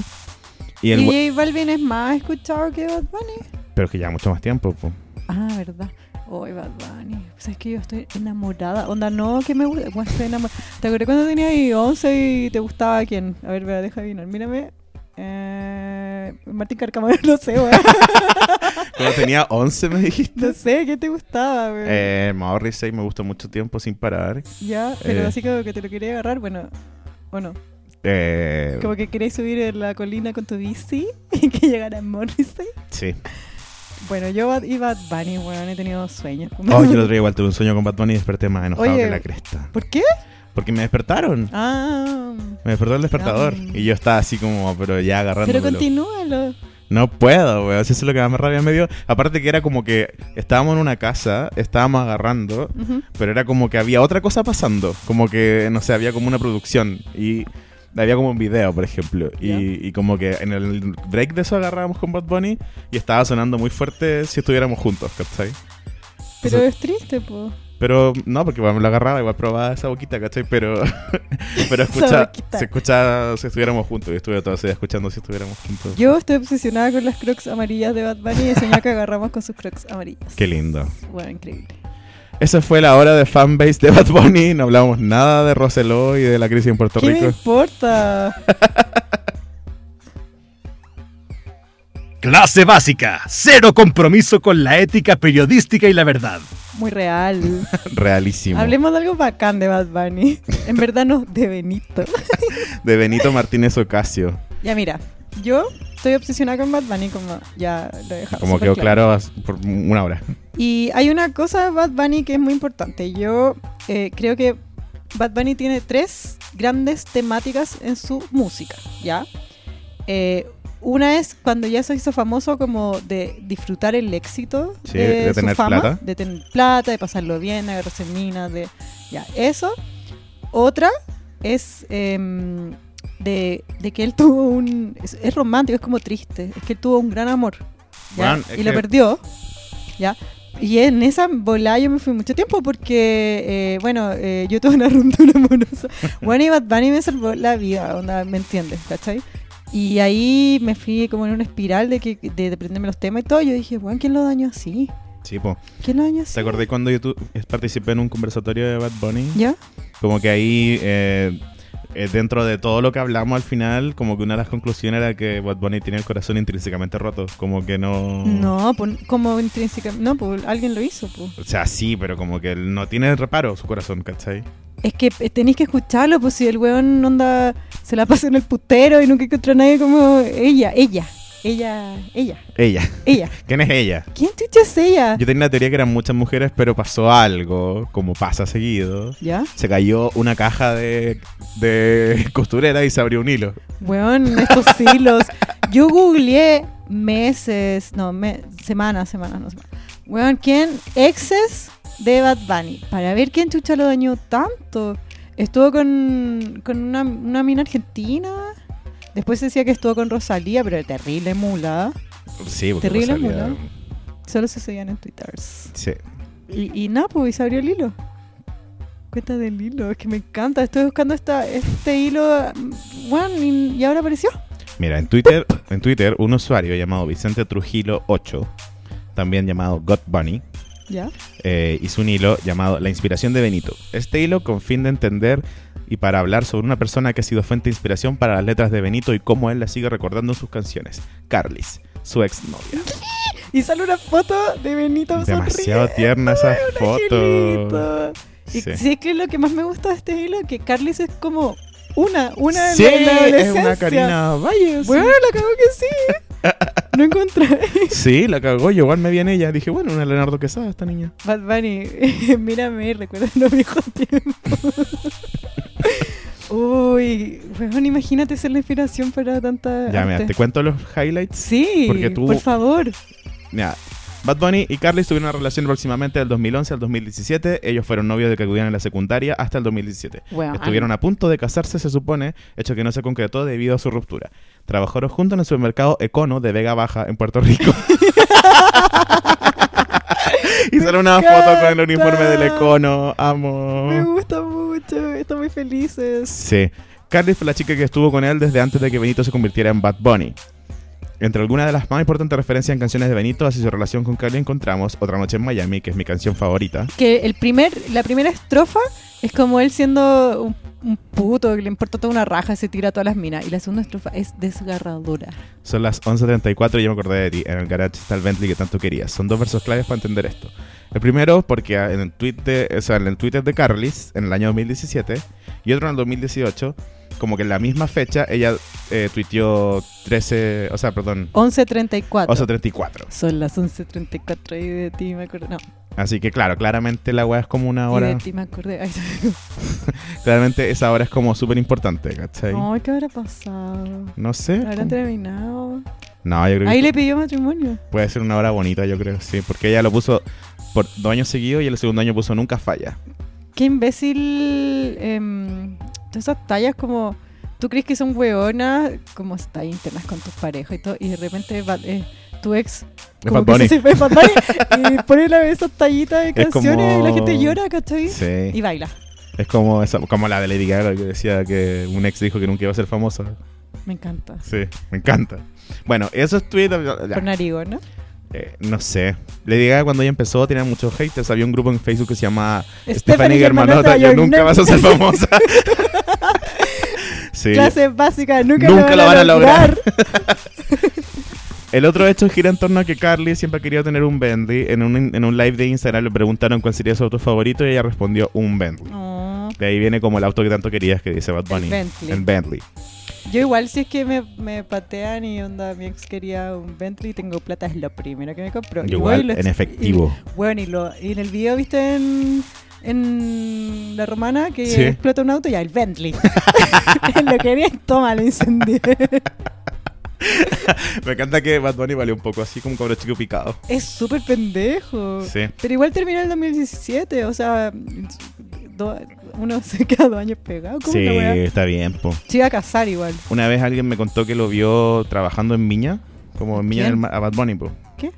Speaker 1: Y el we-
Speaker 2: Y J Balvin es más escuchado que Bad Bunny.
Speaker 1: Pero que lleva mucho más tiempo, pues.
Speaker 2: Ah, verdad. Hoy Bad Bunny. Pues es que yo estoy enamorada. Onda, no, que me gusta. Bueno, estoy enamorada. ¿Te acuerdas cuando tenía ahí 11 y te gustaba quién? A ver, vea, deja adivinar. Mírame. Eh, Martín Carcamón, no sé, weón.
Speaker 1: Cuando tenía 11 me dijiste.
Speaker 2: No sé, ¿qué te gustaba, weón?
Speaker 1: Eh, Morrissey me gustó mucho tiempo sin parar.
Speaker 2: ya, pero
Speaker 1: eh.
Speaker 2: así como que te lo quería agarrar, bueno. O no.
Speaker 1: Eh,
Speaker 2: Como que querías subir en la colina con tu bici y que llegara Morrissey.
Speaker 1: sí.
Speaker 2: Bueno, yo Bad- y Bad Bunny, weón, he tenido sueños.
Speaker 1: Oh, yo el otro día igual tuve un sueño con Bad Bunny y desperté más enojado
Speaker 2: Oye.
Speaker 1: que la cresta.
Speaker 2: ¿Por qué?
Speaker 1: Porque me despertaron.
Speaker 2: Ah.
Speaker 1: Me despertó el despertador.
Speaker 2: Ah.
Speaker 1: Y yo estaba así como, pero ya agarrando.
Speaker 2: Pero continúalo.
Speaker 1: No puedo, weón. Eso es lo que más rabia me dio. Aparte que era como que estábamos en una casa, estábamos agarrando,
Speaker 2: Ujú.
Speaker 1: pero era como que había otra cosa pasando. Como que, no sé, había como una producción y había como un video, por ejemplo. Y,
Speaker 2: Ya.
Speaker 1: y como que en el break de eso agarrábamos con Bad Bunny y estaba sonando muy fuerte si estuviéramos juntos, ¿cachai?
Speaker 2: Pero
Speaker 1: Eso-
Speaker 2: es triste, po.
Speaker 1: Pero no, porque bueno, me lo agarraba, igual probaba esa boquita, ¿cachai? Pero, pero escucha,
Speaker 2: boquita.
Speaker 1: se escucha si estuviéramos juntos. Y estuve todo así escuchando si estuviéramos juntos.
Speaker 2: Yo estoy obsesionada con las crocs amarillas de Bad Bunny y soñé que agarramos con sus crocs amarillas.
Speaker 1: Qué lindo.
Speaker 2: Bueno, increíble.
Speaker 1: Esa fue la hora de fanbase de Bad Bunny. No hablamos nada de Roseló y de la crisis en Puerto
Speaker 2: ¿Qué me
Speaker 1: Rico.
Speaker 2: importa?
Speaker 3: Clase básica, cero compromiso con la ética periodística y la verdad.
Speaker 2: Muy real.
Speaker 1: Realísimo.
Speaker 2: Hablemos de algo bacán de Bad Bunny. En verdad no, de Benito.
Speaker 1: De Benito Martínez Ocasio.
Speaker 2: Ya mira, yo estoy obsesionada con Bad Bunny, como ya lo he dejado.
Speaker 1: Como
Speaker 2: Ah, súper
Speaker 1: quedó claro as- por una hora.
Speaker 2: Y hay una cosa de Bad Bunny que es muy importante. Yo eh, creo que Bad Bunny tiene tres grandes temáticas en su música, ¿ya? Eh, una es cuando ya se hizo famoso como de disfrutar el éxito
Speaker 1: Sí,
Speaker 2: de,
Speaker 1: de tener
Speaker 2: su fama,
Speaker 1: plata.
Speaker 2: de tener plata, de pasarlo bien, agarrarse minas, de ya eso. Otra es em, de, de que él tuvo un es, es romántico, es como triste, es que él tuvo un gran amor ¿ya?
Speaker 1: Bueno, es
Speaker 2: y lo
Speaker 1: que-
Speaker 2: perdió, ya. Y en esa volada yo me fui mucho tiempo porque, eh, bueno, eh, yo tuve una ruptura amorosa. Bueno, y Bad Bunny me salvó la vida, onda, ¿me entiendes? ¿Cachai? Y ahí me fui como en una espiral de que de, de aprenderme los temas y todo. Yo dije, bueno, ¿quién lo dañó así?
Speaker 1: Sí, po.
Speaker 2: ¿Quién lo dañó así?
Speaker 1: ¿Te acordé cuando yo tu- participé en un conversatorio de Bad Bunny?
Speaker 2: ¿Ya?
Speaker 1: Como que ahí, eh, eh, dentro de todo lo que hablamos al final, como que una de las conclusiones era que Bad Bunny tiene el corazón intrínsecamente roto. Como que no...
Speaker 2: No, pues, como intrínseca. No, pues alguien lo hizo, pues.
Speaker 1: O sea, sí, pero como que él no tiene reparo su corazón, ¿cachai?
Speaker 2: Es que tenéis que escucharlo, pues si el weón onda se la pasa en el putero y nunca encuentra a nadie como ella, ella, ella, ella,
Speaker 1: Ella.
Speaker 2: ella.
Speaker 1: ¿Quién es ella?
Speaker 2: ¿Quién chucha es ella?
Speaker 1: Yo tenía la teoría que eran muchas mujeres, pero pasó algo, como pasa seguido.
Speaker 2: ¿Ya?
Speaker 1: Se cayó una caja de, de costurera y se abrió un hilo.
Speaker 2: Weón, estos hilos. Yo googleé meses, no, me- semanas, semanas, no semanas. Weón, ¿quién? Exes de Bad Bunny. Para ver quién chucha lo dañó tanto. Estuvo con, con una, una mina argentina. Después decía que estuvo con Rosalía, pero terrible mula.
Speaker 1: Sí, porque pues
Speaker 2: Terrible,
Speaker 1: Rosalía-
Speaker 2: ¿no? Solo se seguían en Twitter.
Speaker 1: Sí.
Speaker 2: Y, y nada, pues y se abrió el hilo. Cuenta del hilo, es que me encanta. Estoy buscando esta, este hilo. mm, Bueno, y, y ahora apareció.
Speaker 1: Mira, en Twitter, en Twitter, un usuario llamado Vicente Trujillo 8, también llamado God Bunny,
Speaker 2: Ya.
Speaker 1: eh, hizo un hilo llamado La inspiración de Benito. Este hilo con fin de entender y para hablar sobre una persona que ha sido fuente de inspiración para las letras de Benito y cómo él la sigue recordando en sus canciones. Carlis, su exnovia.
Speaker 2: Y sale una foto de Benito
Speaker 1: Demasiado
Speaker 2: sonriendo,
Speaker 1: tierna esa
Speaker 2: un
Speaker 1: foto.
Speaker 2: angelito. Y
Speaker 1: Sí.
Speaker 2: sí, es que lo que más me gusta de este hilo es que Carlis es como una, una de
Speaker 1: Sí,
Speaker 2: la
Speaker 1: es una
Speaker 2: adolescencia.
Speaker 1: Karina Valles.
Speaker 2: Bueno, la cago que sí. No encontré.
Speaker 1: Sí, la cagó. Yo igual me vi en ella. Dije, bueno, una Leonardo Quesada, esta niña.
Speaker 2: Bad Bunny, mírame, recuerda los viejos tiempos. Uy, weón, imagínate ser la inspiración para tanta.
Speaker 1: Ya, mira,
Speaker 2: arte.
Speaker 1: te cuento los highlights.
Speaker 2: Sí,
Speaker 1: porque tú-
Speaker 2: por favor.
Speaker 1: Mira, Bad Bunny y Carly tuvieron una relación aproximadamente del 2011 al 2017. Ellos fueron novios de que acudían en la secundaria hasta el 2017.
Speaker 2: Weón.
Speaker 1: Estuvieron a punto de casarse, se supone, hecho que no se concretó debido a su ruptura. Trabajaron juntos en el supermercado Econo de Vega Baja, en Puerto Rico. y sale una foto con el
Speaker 2: encanta.
Speaker 1: uniforme del Econo. Amo.
Speaker 2: Me gusta mucho, están muy felices.
Speaker 1: Sí. Carly fue la chica que estuvo con él desde antes de que Benito se convirtiera en Bad Bunny. Entre algunas de las más importantes referencias en canciones de Benito hacia su relación con Carly encontramos Otra Noche en Miami, que es mi canción favorita.
Speaker 2: Que el primer, la primera estrofa es como él siendo un, un puto que le importa toda una raja, se tira a todas las minas. Y la segunda estrofa es desgarradora.
Speaker 1: Son las 11.34 y yo me acordé de ti. En el garage está el Bentley que tanto querías. Son dos versos claves para entender esto. El primero, porque en el, tweet de, o sea, en el Twitter de Carlis, en el año 2017, y otro en el 2018, como que en la misma fecha, ella eh, tuiteó 13, o sea, perdón,
Speaker 2: 11.34.
Speaker 1: o sea, 34.
Speaker 2: Son las 11.34 y de ti me acordé. No,
Speaker 1: Así que claro, claramente la weá es como una
Speaker 2: y
Speaker 1: hora.
Speaker 2: de ti me acordé. Ay,
Speaker 1: Claramente esa hora es como súper importante, ¿cachai?
Speaker 2: Ay, ¿qué habrá pasado?
Speaker 1: No sé.
Speaker 2: ¿Habrán terminado?
Speaker 1: No, yo creo
Speaker 2: Ahí
Speaker 1: que
Speaker 2: le pidió matrimonio.
Speaker 1: puede ser una hora bonita, yo creo, sí. Porque ella lo puso por dos años seguidos y el segundo año puso nunca falla.
Speaker 2: Qué imbécil. em, todas esas tallas como. Tú crees que son weonas, como estás internas con tus parejas y todo, y de repente va- eh, tu ex.
Speaker 1: Es
Speaker 2: como
Speaker 1: Bad
Speaker 2: que
Speaker 1: Bunny.
Speaker 2: se sirve de Bad Bunny y pone la- esas tallitas de
Speaker 1: Es
Speaker 2: canciones y la
Speaker 1: como-
Speaker 2: gente llora, ¿cachai? Y
Speaker 1: Sí.
Speaker 2: baila.
Speaker 1: Es como, esa, como la de Lady Gaga que decía que un ex dijo que nunca iba a ser famosa.
Speaker 2: Me encanta.
Speaker 1: Sí, me encanta. Bueno, esos tweets. ya,
Speaker 2: Por narigón, ¿no?
Speaker 1: eh, no sé. Lady Gaga cuando ella empezó tenía muchos haters. Había un grupo en Facebook que se llama Stephanie Germanota. Yo
Speaker 2: You're
Speaker 1: nunca
Speaker 2: not-
Speaker 1: vas a ser famosa. sí.
Speaker 2: Clase básica, nunca,
Speaker 1: Nunca
Speaker 2: lo van a lograr.
Speaker 1: El otro hecho gira en torno a que Carly siempre ha querido tener un Bentley. En un, en un live de Instagram le preguntaron cuál sería su auto favorito y ella respondió un Bentley.
Speaker 2: No.
Speaker 1: De ahí viene como el auto que tanto querías que dice Bad
Speaker 2: El
Speaker 1: Bunny.
Speaker 2: Bentley.
Speaker 1: El Bentley.
Speaker 2: Yo igual si es que me, me patean y onda, mi ex quería un Bentley y tengo plata, es lo primero que me compro. Y voy y
Speaker 1: Igual,
Speaker 2: lo
Speaker 1: en
Speaker 2: ex-
Speaker 1: efectivo.
Speaker 2: y- bueno, y, lo, y en el video, ¿viste? En, en La Romana, que
Speaker 1: Sí.
Speaker 2: explota un auto, ya, el Bentley. lo quería, toma, lo incendié.
Speaker 1: Me encanta que Bad Bunny valió un poco así como un cabro chico picado.
Speaker 2: es súper pendejo.
Speaker 1: Sí.
Speaker 2: Pero igual terminó el 2017, o sea, do- uno se queda dos años pegado. ¿Cómo
Speaker 1: Sí,
Speaker 2: una wea?
Speaker 1: está bien, po.
Speaker 2: Se iba a casar igual.
Speaker 1: Una vez alguien me contó que lo vio trabajando en Viña, como en Viña
Speaker 2: ¿Quién?
Speaker 1: del Mar- a Bad Bunny, po.
Speaker 2: ¿Qué?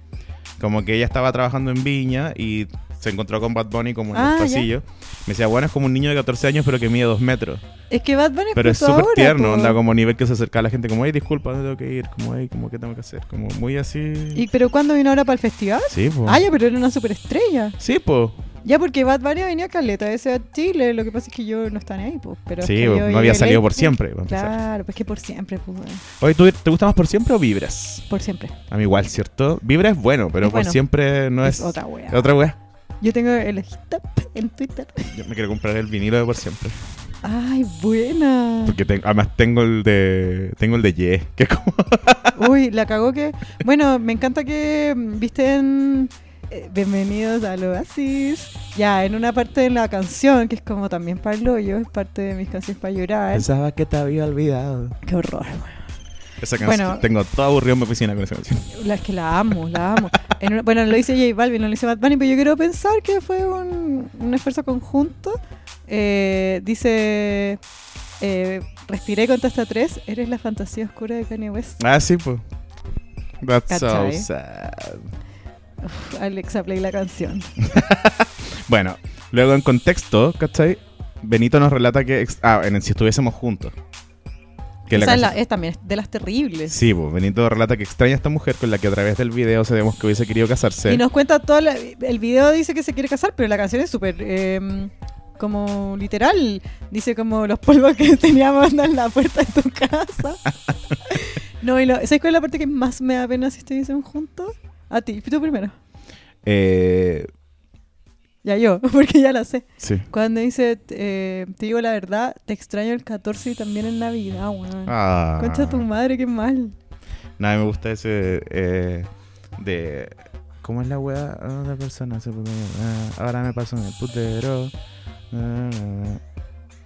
Speaker 1: Como que ella estaba trabajando en Viña y se encontró con Bad Bunny como en
Speaker 2: Ah,
Speaker 1: el
Speaker 2: ya.
Speaker 1: pasillo. Me decía, bueno, es como un niño de 14 años, pero que mide 2 metros.
Speaker 2: Es que Bad Bunny
Speaker 1: Pero es
Speaker 2: justo
Speaker 1: súper
Speaker 2: ahora,
Speaker 1: tierno,
Speaker 2: po.
Speaker 1: onda como nivel que se acerca a la gente, como, ay, disculpa, ¿dónde tengo que ir? Como, ay, como, ¿qué tengo que hacer? Como muy así.
Speaker 2: ¿Y pero cuándo vino ahora para el festival?
Speaker 1: Sí, po.
Speaker 2: Ah, ya, pero era una superestrella.
Speaker 1: Sí, po.
Speaker 2: Ya, porque Bad Bunny venía a Caleta, ese a Chile. Lo que pasa es que yo no estaba ni ahí, pues. Pero es
Speaker 1: Sí,
Speaker 2: que
Speaker 1: po.
Speaker 2: yo
Speaker 1: no había
Speaker 2: llegué
Speaker 1: salido
Speaker 2: lejos.
Speaker 1: por siempre. para empezar.
Speaker 2: Claro, pues que por siempre, pues, bueno,
Speaker 1: Oye, ¿tú, ¿te gusta más por siempre o vibras?
Speaker 2: por siempre.
Speaker 1: A mí igual, ¿cierto? Vibra es bueno, pero
Speaker 2: Es
Speaker 1: por
Speaker 2: bueno.
Speaker 1: siempre no es...
Speaker 2: Es otra wea.
Speaker 1: Otra wea.
Speaker 2: Yo tengo el hit up en Twitter.
Speaker 1: Yo me quiero comprar el vinilo de por siempre.
Speaker 2: Ay, buena.
Speaker 1: Porque ten- además tengo el de. Tengo el de Ye. Que es como.
Speaker 2: Uy, la cagó que. Bueno, me encanta que mm, viste en. eh, Bienvenidos al Oasis. Ya, en una parte de la canción, que es como también para el hoyo, es parte de mis canciones para llorar.
Speaker 1: Pensaba que te había olvidado.
Speaker 2: Qué horror.
Speaker 1: Esa canción.
Speaker 2: Bueno.
Speaker 1: Tengo todo aburrido en mi oficina con esa canción.
Speaker 2: La que la amo, la amo. En una- bueno, lo dice J Balvin, no lo dice Bad Bunny, pero yo quiero pensar que fue un, un esfuerzo conjunto. Eh, dice, eh, respiré con hasta tres, eres la fantasía oscura de Kanye West.
Speaker 1: Ah, sí, pues. That's
Speaker 2: Cachai.
Speaker 1: so sad.
Speaker 2: Uf, Alexa, play la canción.
Speaker 1: Bueno, luego en contexto, ¿cachai? Benito nos relata que. ex- Ah, en el si estuviésemos juntos. Que la
Speaker 2: Esa es, la-
Speaker 1: canción-
Speaker 2: es también de las terribles.
Speaker 1: Sí, pues. Benito relata que extraña a esta mujer con la que a través del video sabemos que hubiese querido casarse.
Speaker 2: Y nos cuenta todo, la- el video dice que se quiere casar, pero la canción es súper... eh, como literal, dice como los polvos que teníamos andan en la puerta de tu casa. no, y lo, ¿sabes cuál es la parte que más me da pena si estuviesen juntos? A ti, tú primero.
Speaker 1: Eh,
Speaker 2: Ya yo, porque ya la sé.
Speaker 1: sí.
Speaker 2: Cuando dice, eh, te digo la verdad, te extraño el 14 y también en Navidad, weón.
Speaker 1: Ah.
Speaker 2: Concha tu madre, qué mal.
Speaker 1: Nada, me gusta ese eh, de... ¿Cómo es la weá? Ah, Otra persona se pone- ah, Ahora me pasó en el putero. Ah, ah.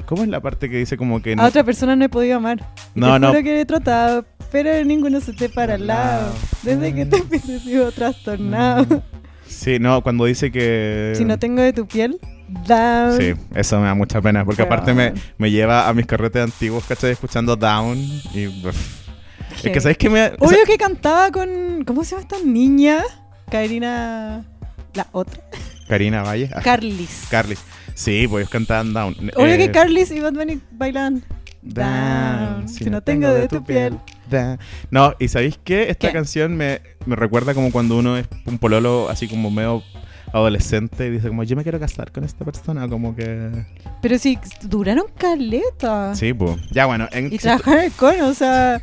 Speaker 1: ¿Cómo es la parte que dice como que...
Speaker 2: A otra persona no he podido amar. Y
Speaker 1: No,
Speaker 2: te
Speaker 1: no.
Speaker 2: juro que he tratado, pero ninguno se te para al lado. Desde que
Speaker 1: Mm.
Speaker 2: te pierdes sigo trastornado.
Speaker 1: Sí, no, cuando dice que...
Speaker 2: Si no tengo de tu piel, down.
Speaker 1: Mm. Sí, eso me da mucha pena, porque
Speaker 2: Weón.
Speaker 1: aparte me, me lleva a mis carretes antiguos, ¿cachai? Escuchando Down y... uff. Es que,
Speaker 2: Heavy.
Speaker 1: ¿sabéis que me...? o sea,
Speaker 2: Obvio que cantaba con. ¿Cómo se llama esta niña? Karina. La otra.
Speaker 1: Karina Valle. ah,
Speaker 2: Carlis.
Speaker 1: Carly. Sí, pues ellos cantaban Down.
Speaker 2: Obvio
Speaker 1: Eh,
Speaker 2: que Carlis y Bad Bunny bailan. Down, si no tengo de tu piel.
Speaker 1: Down. No, y ¿sabéis qué? Esta
Speaker 2: ¿Qué?
Speaker 1: canción me, me recuerda como cuando uno es un pololo así como medio adolescente y dice como yo me quiero casar con esta persona, como que...
Speaker 2: Pero sí, duraron caleta.
Speaker 1: Sí, pues. Ya bueno, en-
Speaker 2: Ah. Y
Speaker 1: si, estu-
Speaker 2: trabajaron con, o sea,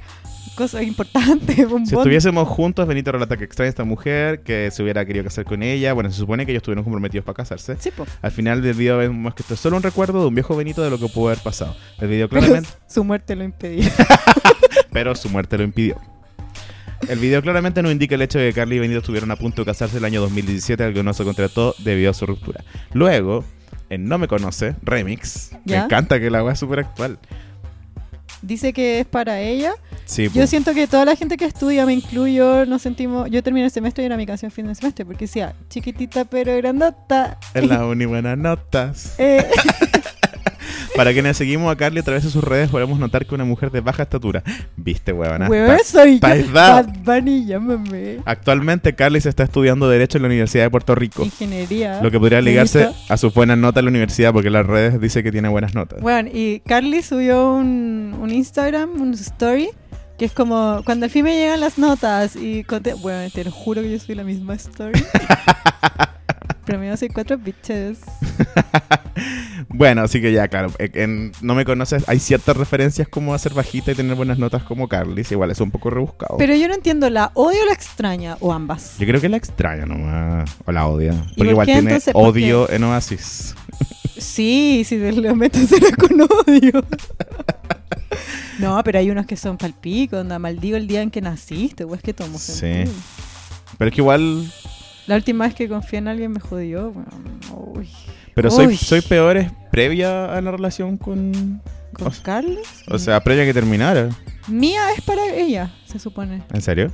Speaker 2: cosa importante. Un
Speaker 1: si
Speaker 2: bond.
Speaker 1: estuviésemos juntos, Benito relata que extraña a esta mujer, que se hubiera querido casar con ella. Bueno, se supone que ellos estuvieron comprometidos para casarse.
Speaker 2: Sí, po.
Speaker 1: Al final del video vemos que esto es solo un recuerdo de un viejo Benito de lo que pudo haber pasado. El video claramente...
Speaker 2: Su muerte lo impedía.
Speaker 1: pero su muerte lo impidió. El video claramente no indica el hecho de que Carly y Benito estuvieron a punto de casarse el año 2017, al que no se contrató debido a su ruptura. Luego, en No Me Conoce, Remix, me
Speaker 2: ¿Ya?
Speaker 1: encanta que la weá es súper actual.
Speaker 2: Dice que es para ella.
Speaker 1: Sí, pues,
Speaker 2: Yo
Speaker 1: po.
Speaker 2: siento que toda la gente que estudia, me incluyo, nos sentimos. Yo terminé el semestre y era mi canción fin de semestre, porque decía chiquitita pero grandota.
Speaker 1: es la uni buenas notas.
Speaker 2: Eh,
Speaker 1: Para quienes seguimos a Carly a través de sus redes, podemos notar que una mujer de baja estatura. Viste, huevona.
Speaker 2: weón, soy yo.
Speaker 1: pa' edad.
Speaker 2: Bad Bunny, llámame.
Speaker 1: Actualmente, Carly se está estudiando Derecho en la Universidad de Puerto Rico,
Speaker 2: Ingeniería.
Speaker 1: lo que podría ligarse
Speaker 2: Listo.
Speaker 1: a sus buenas notas en la universidad, porque en las redes dice que tiene buenas notas.
Speaker 2: Bueno, y Carly subió un, un Instagram, un story, que es como cuando al fin me llegan las notas y conté. Bueno, te lo juro que yo soy la misma story. Promedio soy cuatro bitches.
Speaker 1: Bueno, así que ya, claro, eh, en No me conoces, hay ciertas referencias como hacer bajita y tener buenas notas como Carly, si igual es un poco rebuscado.
Speaker 2: Pero yo no entiendo, ¿la odio o la extraña? O ambas.
Speaker 1: Yo creo que la extraña nomás, o la odia, porque
Speaker 2: por
Speaker 1: igual
Speaker 2: qué
Speaker 1: tiene
Speaker 2: entonces? ¿Por qué?
Speaker 1: odio en Oasis.
Speaker 2: Sí, si te lo metes era con odio. No, pero hay unos que son palpico, onda, maldigo el día en que naciste, weón, es que tomo
Speaker 1: Sí.
Speaker 2: sentido.
Speaker 1: Pero es que igual.
Speaker 2: La última vez que confié en alguien me jodió, weón. Uy.
Speaker 1: Pero soy,
Speaker 2: Uy.
Speaker 1: soy peor es previa a la relación con.
Speaker 2: ¿Con
Speaker 1: O-
Speaker 2: Carlos?
Speaker 1: O sea, previa a que terminara.
Speaker 2: Mía es para ella, se supone.
Speaker 1: ¿En serio?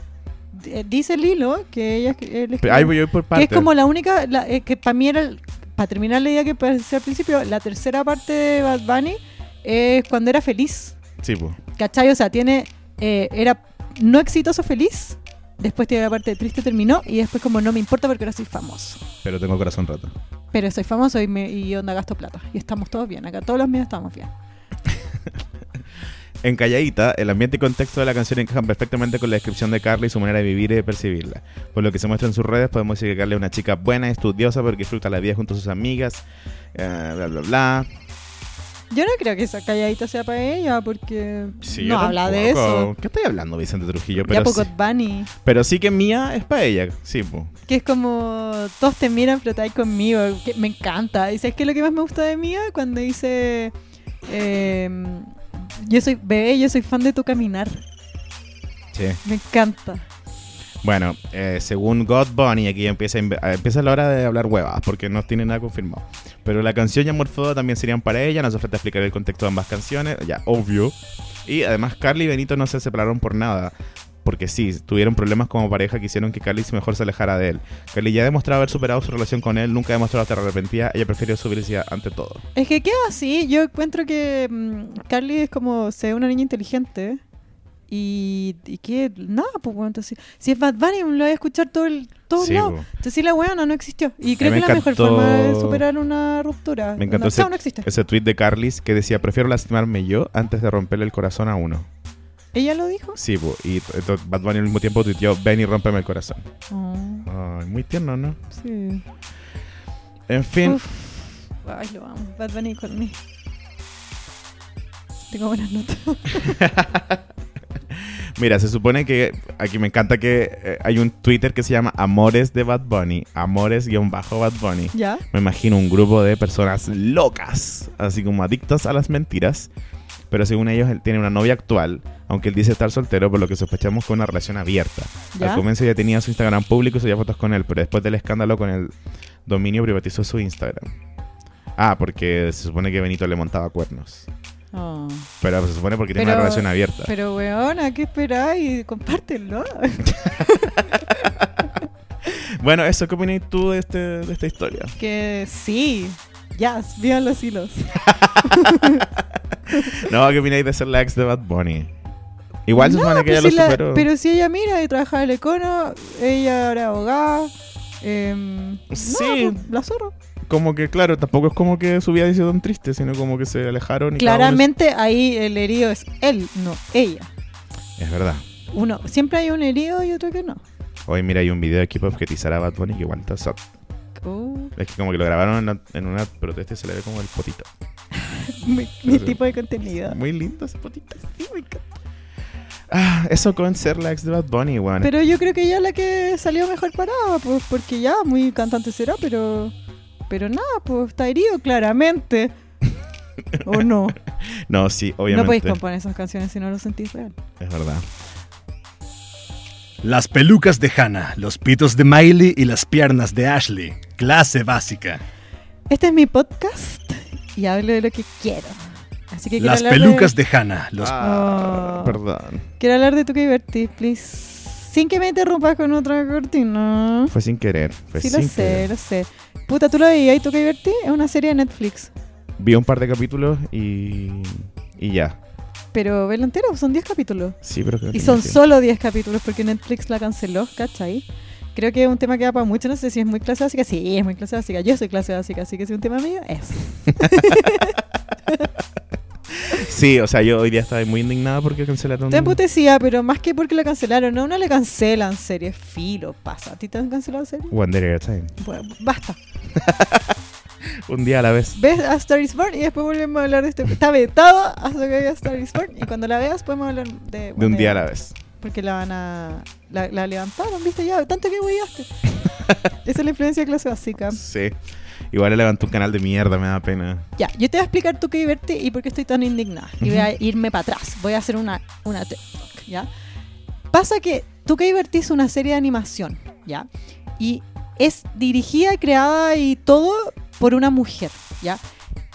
Speaker 2: D- eh, Dice Lilo que ella es- él es-
Speaker 1: Pero Ahí voy yo por
Speaker 2: que
Speaker 1: parte.
Speaker 2: es como la única, la- eh, que para mí era, para terminar la idea que pensé al principio, la tercera parte de Bad Bunny es cuando era feliz.
Speaker 1: Sí, pues.
Speaker 2: ¿Cachai? O sea, tiene. eh, era no exitoso feliz. Después tiene la parte de triste, terminó. Y después, como no me importa porque ahora soy famoso.
Speaker 1: Pero tengo corazón roto.
Speaker 2: Pero soy famoso y, me, y onda gasto plata. Y estamos todos bien. Acá todos los míos estamos bien.
Speaker 1: En Calladita, el ambiente y contexto de la canción encajan perfectamente con la descripción de Carla y su manera de vivir y de percibirla. Por lo que se muestra en sus redes, podemos decir que Carla es una chica buena, estudiosa, porque disfruta la vida junto a sus amigas, eh, bla, bla, bla.
Speaker 2: Yo no creo que esa calladita sea para ella porque
Speaker 1: Sí,
Speaker 2: no
Speaker 1: yo
Speaker 2: habla de
Speaker 1: tampoco.
Speaker 2: eso.
Speaker 1: ¿Qué estoy hablando, Vicente Trujillo?
Speaker 2: Ya
Speaker 1: Pero,
Speaker 2: poco
Speaker 1: sí,
Speaker 2: Bunny,
Speaker 1: pero sí que mía es para ella, sí, po.
Speaker 2: que es como todos te miran, flotáis conmigo, que me encanta. Dice, es que lo que más me gusta de Mía cuando dice, em, yo soy bebé, yo soy fan de tu caminar,
Speaker 1: Sí.
Speaker 2: me encanta.
Speaker 1: Bueno, eh, según God Bunny, aquí empieza, a inve- a- empieza la hora de hablar huevas, porque no tiene nada confirmado. Pero la canción y Amor Foda también serían para ella, no hace falta explicar el contexto de ambas canciones, ya, obvio. Y además, Carly y Benito no se separaron por nada, porque sí, tuvieron problemas como pareja que hicieron que Carly se- mejor se alejara de él. Carly ya ha demostrado haber superado su relación con él, nunca ha demostrado estar arrepentida, ella prefirió su felicidad ante todo.
Speaker 2: Es que queda así. Yo encuentro que mm, Carly es como se ve una niña inteligente. Y, y que nada, pues bueno, entonces, si es Bad Bunny lo voy a escuchar todo el todo
Speaker 1: Sí,
Speaker 2: lado.
Speaker 1: po.
Speaker 2: Entonces la weona no existió. Y creo
Speaker 1: me
Speaker 2: que es la mejor
Speaker 1: encantó-
Speaker 2: forma de superar una ruptura.
Speaker 1: Me encantó
Speaker 2: No,
Speaker 1: ese-
Speaker 2: chao, no existe.
Speaker 1: Ese tweet de Carly que decía, prefiero lastimarme yo antes de romperle el corazón a uno.
Speaker 2: ¿Ella lo dijo?
Speaker 1: Sí, po, y t- t- Bad Bunny al mismo tiempo tuiteó, ven y rómpeme el corazón.
Speaker 2: Ah,
Speaker 1: Ay, muy tierno, ¿no?
Speaker 2: sí.
Speaker 1: En fin,
Speaker 2: Uf. Ay, lo amo. Bad Bunny con mí. Tengo buenas notas.
Speaker 1: mira, se supone que aquí me encanta que eh, hay un Twitter que se llama Amores de Bad Bunny, Amores-Bad Bunny.
Speaker 2: ¿Ya?
Speaker 1: Me imagino un grupo de personas locas, así como adictas a las mentiras. Pero según ellos, él tiene una novia actual, aunque él dice estar soltero, por lo que sospechamos que una relación abierta.
Speaker 2: ¿Ya?
Speaker 1: Al comienzo ya tenía su Instagram público y subía fotos con él, pero después del escándalo con el dominio privatizó su Instagram. Ah, porque se supone que Benito le montaba cuernos.
Speaker 2: Ah.
Speaker 1: Pero se supone porque tiene una
Speaker 2: Pero-
Speaker 1: relación abierta.
Speaker 2: Pero weona, ¿qué esperáis? Compártelo.
Speaker 1: Bueno, eso, ¿qué opinas tú de, este, de esta historia?
Speaker 2: Que sí. Jazz, vivan los hilos.
Speaker 1: No, ¿qué opináis de ser la ex de Bad Bunny? Igual se
Speaker 2: No,
Speaker 1: supone que
Speaker 2: pero
Speaker 1: ella
Speaker 2: si
Speaker 1: lo
Speaker 2: la-
Speaker 1: superó.
Speaker 2: pero si ella mira y trabajaba el econo, ella ahora abogada. em, no,
Speaker 1: Sí.
Speaker 2: pues, la zorra.
Speaker 1: Como que, claro, tampoco es como que su vida ha sido tan triste, sino como que se alejaron y cada uno-
Speaker 2: Claramente ahí el herido es él, no ella.
Speaker 1: Es verdad.
Speaker 2: Uno, siempre hay un herido y otro que no.
Speaker 1: Hoy, mira, hay un video aquí para objetizar a Bad Bunny que igual está sad.
Speaker 2: Uh,
Speaker 1: Es que como que lo grabaron en la- en una protesta y se le ve como el potito.
Speaker 2: mi, mi tipo de contenido.
Speaker 1: Muy lindo ese potito. Ah, eso con ser la ex de Bad Bunny, weón.
Speaker 2: Pero yo creo que ella es la que salió mejor parada, pues, porque ya muy cantante será, pero. Pero nada, pues está herido claramente. ¿O no?
Speaker 1: No, sí,
Speaker 2: No podéis
Speaker 1: obviamente.
Speaker 2: componer esas canciones si no lo sentís real.
Speaker 1: es verdad.
Speaker 3: Las pelucas de Hannah, los pitos de Miley y las piernas de Ashley. Clase básica.
Speaker 2: Este es mi podcast y hablo de lo que quiero. Así que quiero
Speaker 3: Las
Speaker 2: hablar
Speaker 3: pelucas
Speaker 2: de,
Speaker 3: de Hannah, los
Speaker 1: Ah,
Speaker 2: Oh.
Speaker 1: Perdón.
Speaker 2: Quiero hablar de tú que divertís, please. Sin que me interrumpas con otra cortina.
Speaker 1: Fue sin querer. Fue
Speaker 2: sí, lo
Speaker 1: Pues sin
Speaker 2: sé,
Speaker 1: querer.
Speaker 2: lo sé. Puta, tú lo veías y tú que divertís. Es una serie de Netflix.
Speaker 1: Vi un par de capítulos y. Y ya.
Speaker 2: Pero verlo entero, son 10 capítulos.
Speaker 1: Sí, pero creo que
Speaker 2: Y son
Speaker 1: no tiene.
Speaker 2: solo 10 capítulos porque Netflix la canceló, ¿cachai? Creo que es un tema que da para mucho, no sé si es muy clase básica. Sí, es muy clase básica. Yo soy clase básica, así que si es un tema mío, es.
Speaker 1: Sí, o sea, yo hoy día estaba muy indignada porque cancelaron.
Speaker 2: Te emputecía, pero más que porque la cancelaron, no, no le cancelan series, filo, pasa. ¿A ti te han cancelado series?
Speaker 1: One Day at a Time.
Speaker 2: Bueno, basta.
Speaker 1: Un día a la vez.
Speaker 2: Ves a Star is Born y después volvemos a hablar de este. Está vetado hasta que veas Star is Born y cuando la veas podemos hablar de.
Speaker 1: De un día a la vez.
Speaker 2: Porque la van a. La, este. Ah. la levantaron, viste ya, tanto que huellaste. Esa es la influencia de clase básica.
Speaker 1: Sí. Igual le levantó un canal de mierda, me da pena.
Speaker 2: Ya, yo te voy a explicar tú qué divertí y por qué estoy tan indignada. Y voy a irme para atrás. Voy a hacer una, una TED Talk, ¿ya? Pasa que tú qué divertí es una serie de animación, ¿ya? Y es dirigida, creada y todo por una mujer, ¿ya?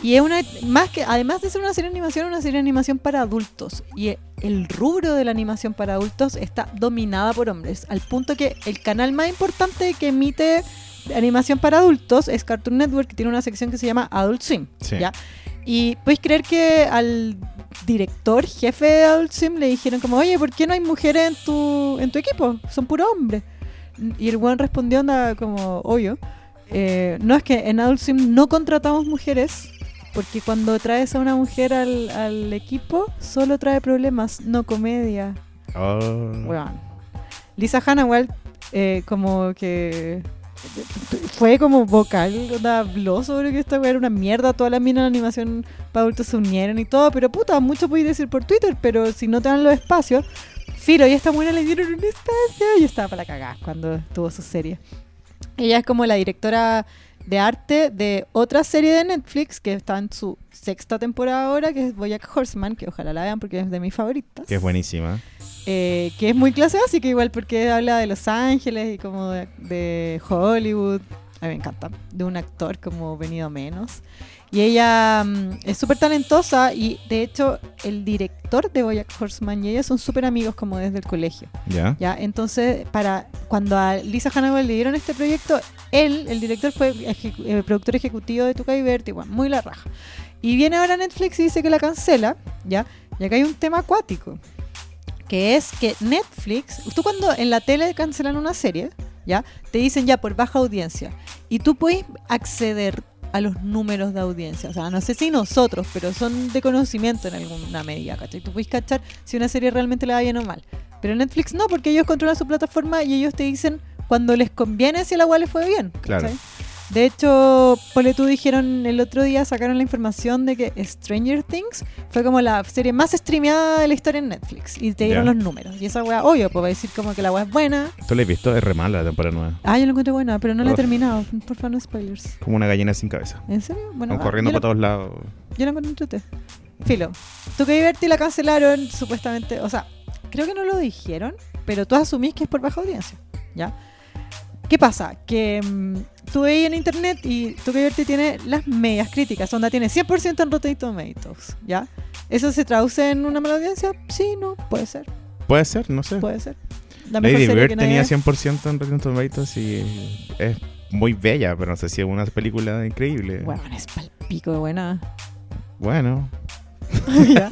Speaker 2: Y es una, más que, además de ser una serie de animación, una serie de animación para adultos. Y e- el rubro de la animación para adultos está dominada por hombres, al punto que el canal más importante que emite animación para adultos es Cartoon Network, que tiene una sección que se llama Adult Swim.
Speaker 1: Sí.
Speaker 2: ¿ya? Y puedes creer que al director, jefe de Adult Swim, le dijeron como, oye, ¿por qué no hay mujeres en tu, en tu equipo? Son puro hombres. Y el weón respondió anda como, obvio. eh, no, es que en Adult Swim no contratamos mujeres, porque cuando traes a una mujer al, al equipo, solo trae problemas, no comedia.
Speaker 1: Oh.
Speaker 2: Weón. Lisa Hannawald, eh, como que fue como vocal, onda, habló sobre que esta weá era una mierda, todas las minas de animación para adultos se unieron y todo, pero puta, mucho podéis decir por Twitter, pero si no te dan los espacios, Filo y esta buena le dieron un espacio y estaba para cagar cuando tuvo su serie. Ella es como la directora de arte de otra serie de Netflix que está en su sexta temporada ahora, que es Boyack Horseman, que ojalá la vean porque es de mis favoritas
Speaker 1: Que es buenísima.
Speaker 2: eh, que es muy clase básica igual porque habla de Los Ángeles y como de, de Hollywood, a mí me encanta, de un actor como venido menos. Y ella mm, es súper talentosa y de hecho el director de Boyack Horseman y ella son súper amigos como desde el colegio.
Speaker 1: ¿Ya?
Speaker 2: ¿ya? Entonces, para cuando a Lisa Hannaway le dieron este proyecto, él, el director, fue ejecu- eh, productor ejecutivo de Tuca y Berti, bueno, muy la raja. Y viene ahora Netflix y dice que la cancela, ¿ya? Y acá hay un tema acuático, que es que Netflix, tú cuando en la tele cancelan una serie, ¿ya? Te dicen ya por baja audiencia. Y tú puedes acceder a los números de audiencia. O sea, no sé si nosotros, pero son de conocimiento en alguna medida, ¿cachai? Tú puedes cachar si una serie realmente le va bien o mal. Pero Netflix no, porque ellos controlan su plataforma y ellos te dicen cuando les conviene si el agua les fue bien. ¿cachai?
Speaker 1: Claro.
Speaker 2: De hecho, Pole tú dijeron el otro día, sacaron la información de que Stranger Things fue como la serie más streameada de la historia en Netflix. Y te dieron
Speaker 1: Ya.
Speaker 2: los números. Y esa weá, obvio, pues va a decir como que la weá es buena.
Speaker 1: ¿Tú la has visto? Es re mala la temporada nueva.
Speaker 2: Ah, yo la encontré buena, pero no la he
Speaker 1: Uf.
Speaker 2: terminado. Por favor, no spoilers.
Speaker 1: Como una gallina sin cabeza.
Speaker 2: ¿En serio? Bueno,
Speaker 1: Van
Speaker 2: ah,
Speaker 1: corriendo
Speaker 2: yo la-
Speaker 1: para todos lados.
Speaker 2: yo la encontré entrete. Filo. Tu que divertí la cancelaron, supuestamente. O sea, creo que no lo dijeron, pero tú asumís que es por baja audiencia. ¿Ya? ¿Qué pasa? Que mm, tú veis en internet y tu que divertí tiene las medias críticas. Onda tiene 100% en Rotten Tomatoes. ¿Ya? ¿Eso se traduce en una mala audiencia? Sí, no. Puede ser.
Speaker 1: Puede ser, no sé.
Speaker 2: Puede ser. La mejor
Speaker 1: Lady
Speaker 2: serie
Speaker 1: Bird
Speaker 2: que nadie
Speaker 1: tenía
Speaker 2: ve.
Speaker 1: 100% en Rotten Tomatoes y es muy bella, pero no sé si es una película increíble. Bueno,
Speaker 2: Weón, es palpico de buena.
Speaker 1: bueno,
Speaker 2: Ya.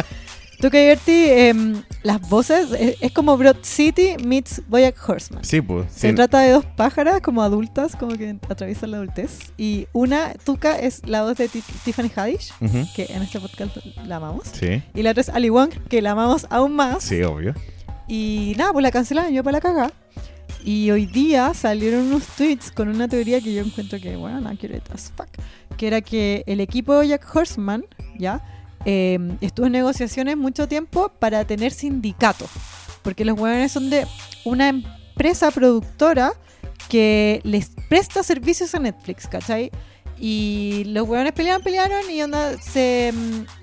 Speaker 2: Tú que divertí, em, las voces, eh, es, es como Broad City meets Boyack Horseman.
Speaker 1: sí, pues.
Speaker 2: Se
Speaker 1: sí.
Speaker 2: trata de dos pájaras como adultas, como que atraviesan la adultez. Y una, Tuca, es la voz de Ti- Tiffany Haddish,
Speaker 1: Ujú.
Speaker 2: que en este podcast la amamos.
Speaker 1: Sí,
Speaker 2: Y la otra es Ali Wong, que la amamos aún más.
Speaker 1: sí, obvio.
Speaker 2: Y nada, pues la cancelaron yo para la caga. Y hoy día salieron unos tweets con una teoría que yo encuentro que, bueno, accurate as fuck. Que era que el equipo de Jack Horseman, ¿ya? Eh, estuvo en negociaciones mucho tiempo para tener sindicato. Porque los huevones son de una empresa productora que les presta servicios a Netflix, ¿cachai? Y los huevones pelearon, pelearon y onda, se,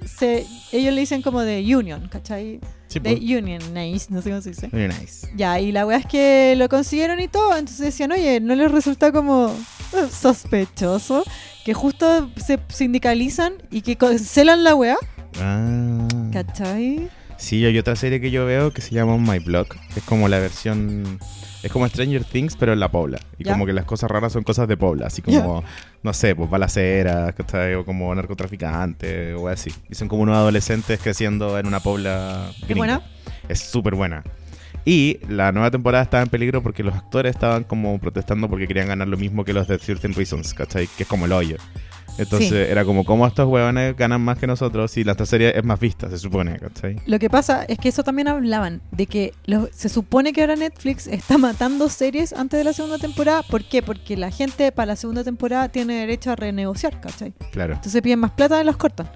Speaker 2: se, ellos le dicen como de union, ¿cachai?
Speaker 1: Sí,
Speaker 2: De
Speaker 1: pues.
Speaker 2: Union, nice, no sé cómo se dice.
Speaker 1: Very nice.
Speaker 2: Ya, y la weá es que lo consiguieron y todo, entonces decían, oye, ¿no les resulta como eh, sospechoso que justo se sindicalizan y que cancelan la weá?
Speaker 1: Ah.
Speaker 2: ¿Cachai?
Speaker 1: Sí, hay otra serie que yo veo que se llama My Block. que Es como la versión. Es como Stranger Things, pero en la Pobla. Y
Speaker 2: Ya.
Speaker 1: como que las cosas raras son cosas de Pobla. Así como, no sé, pues balaceras, ¿cachai? O como narcotraficantes, o así. Y son como unos adolescentes creciendo en una Pobla
Speaker 2: ¿Es
Speaker 1: gringa.
Speaker 2: buena?
Speaker 1: Es súper buena. Y la nueva temporada estaba en peligro porque los actores estaban como protestando porque querían ganar lo mismo que los de Certain Reasons, ¿cachai? Que es como el hoyo. Entonces
Speaker 2: Sí.
Speaker 1: era como, ¿cómo estos huevones ganan más que nosotros si la otra serie es más vista, se supone, ¿cachai?
Speaker 2: Lo que pasa es que eso también hablaban, de que lo- se supone que ahora Netflix está matando series antes de la segunda temporada. ¿Por qué? Porque la gente para la segunda temporada tiene derecho a renegociar, ¿cachai?
Speaker 1: Claro.
Speaker 2: Entonces piden más plata y los cortan.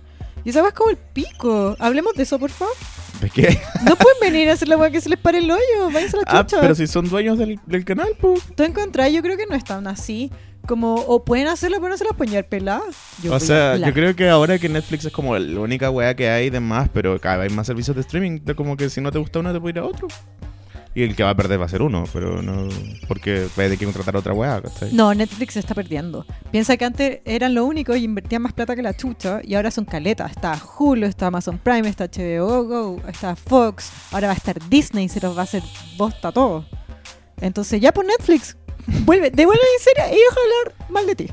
Speaker 2: Y esa weá es como el pico. Hablemos de eso, por favor.
Speaker 1: ¿De qué?
Speaker 2: No pueden venir a hacer la weá que se les pare el hoyo. Váyanse a la
Speaker 1: Ah,
Speaker 2: chucha.
Speaker 1: pero si son dueños del, del canal, pues.
Speaker 2: Tú encontrás, yo creo que no están así. Como, o pueden hacerlo, pero no se las pueden llevar peladas. Yo
Speaker 1: o
Speaker 2: fui
Speaker 1: sea,
Speaker 2: pelada.
Speaker 1: yo creo que ahora que Netflix es como la única weá que hay de más, pero cada vez hay más servicios de streaming, de como que si no te gusta uno te puede ir a otro. Y el que va a perder va a ser uno, pero no. Porque va a tener que contratar otra weá, ¿cachai?
Speaker 2: No, Netflix se está perdiendo. Piensa que antes eran lo único y invertían más plata que la chucha y ahora son caletas. Está Hulu, está Amazon Prime, está HBO Go, está Fox, ahora va a estar Disney, se los va a hacer bosta todo. Entonces ya por Netflix, vuelve, devuelve en serio y deja hablar mal de ti.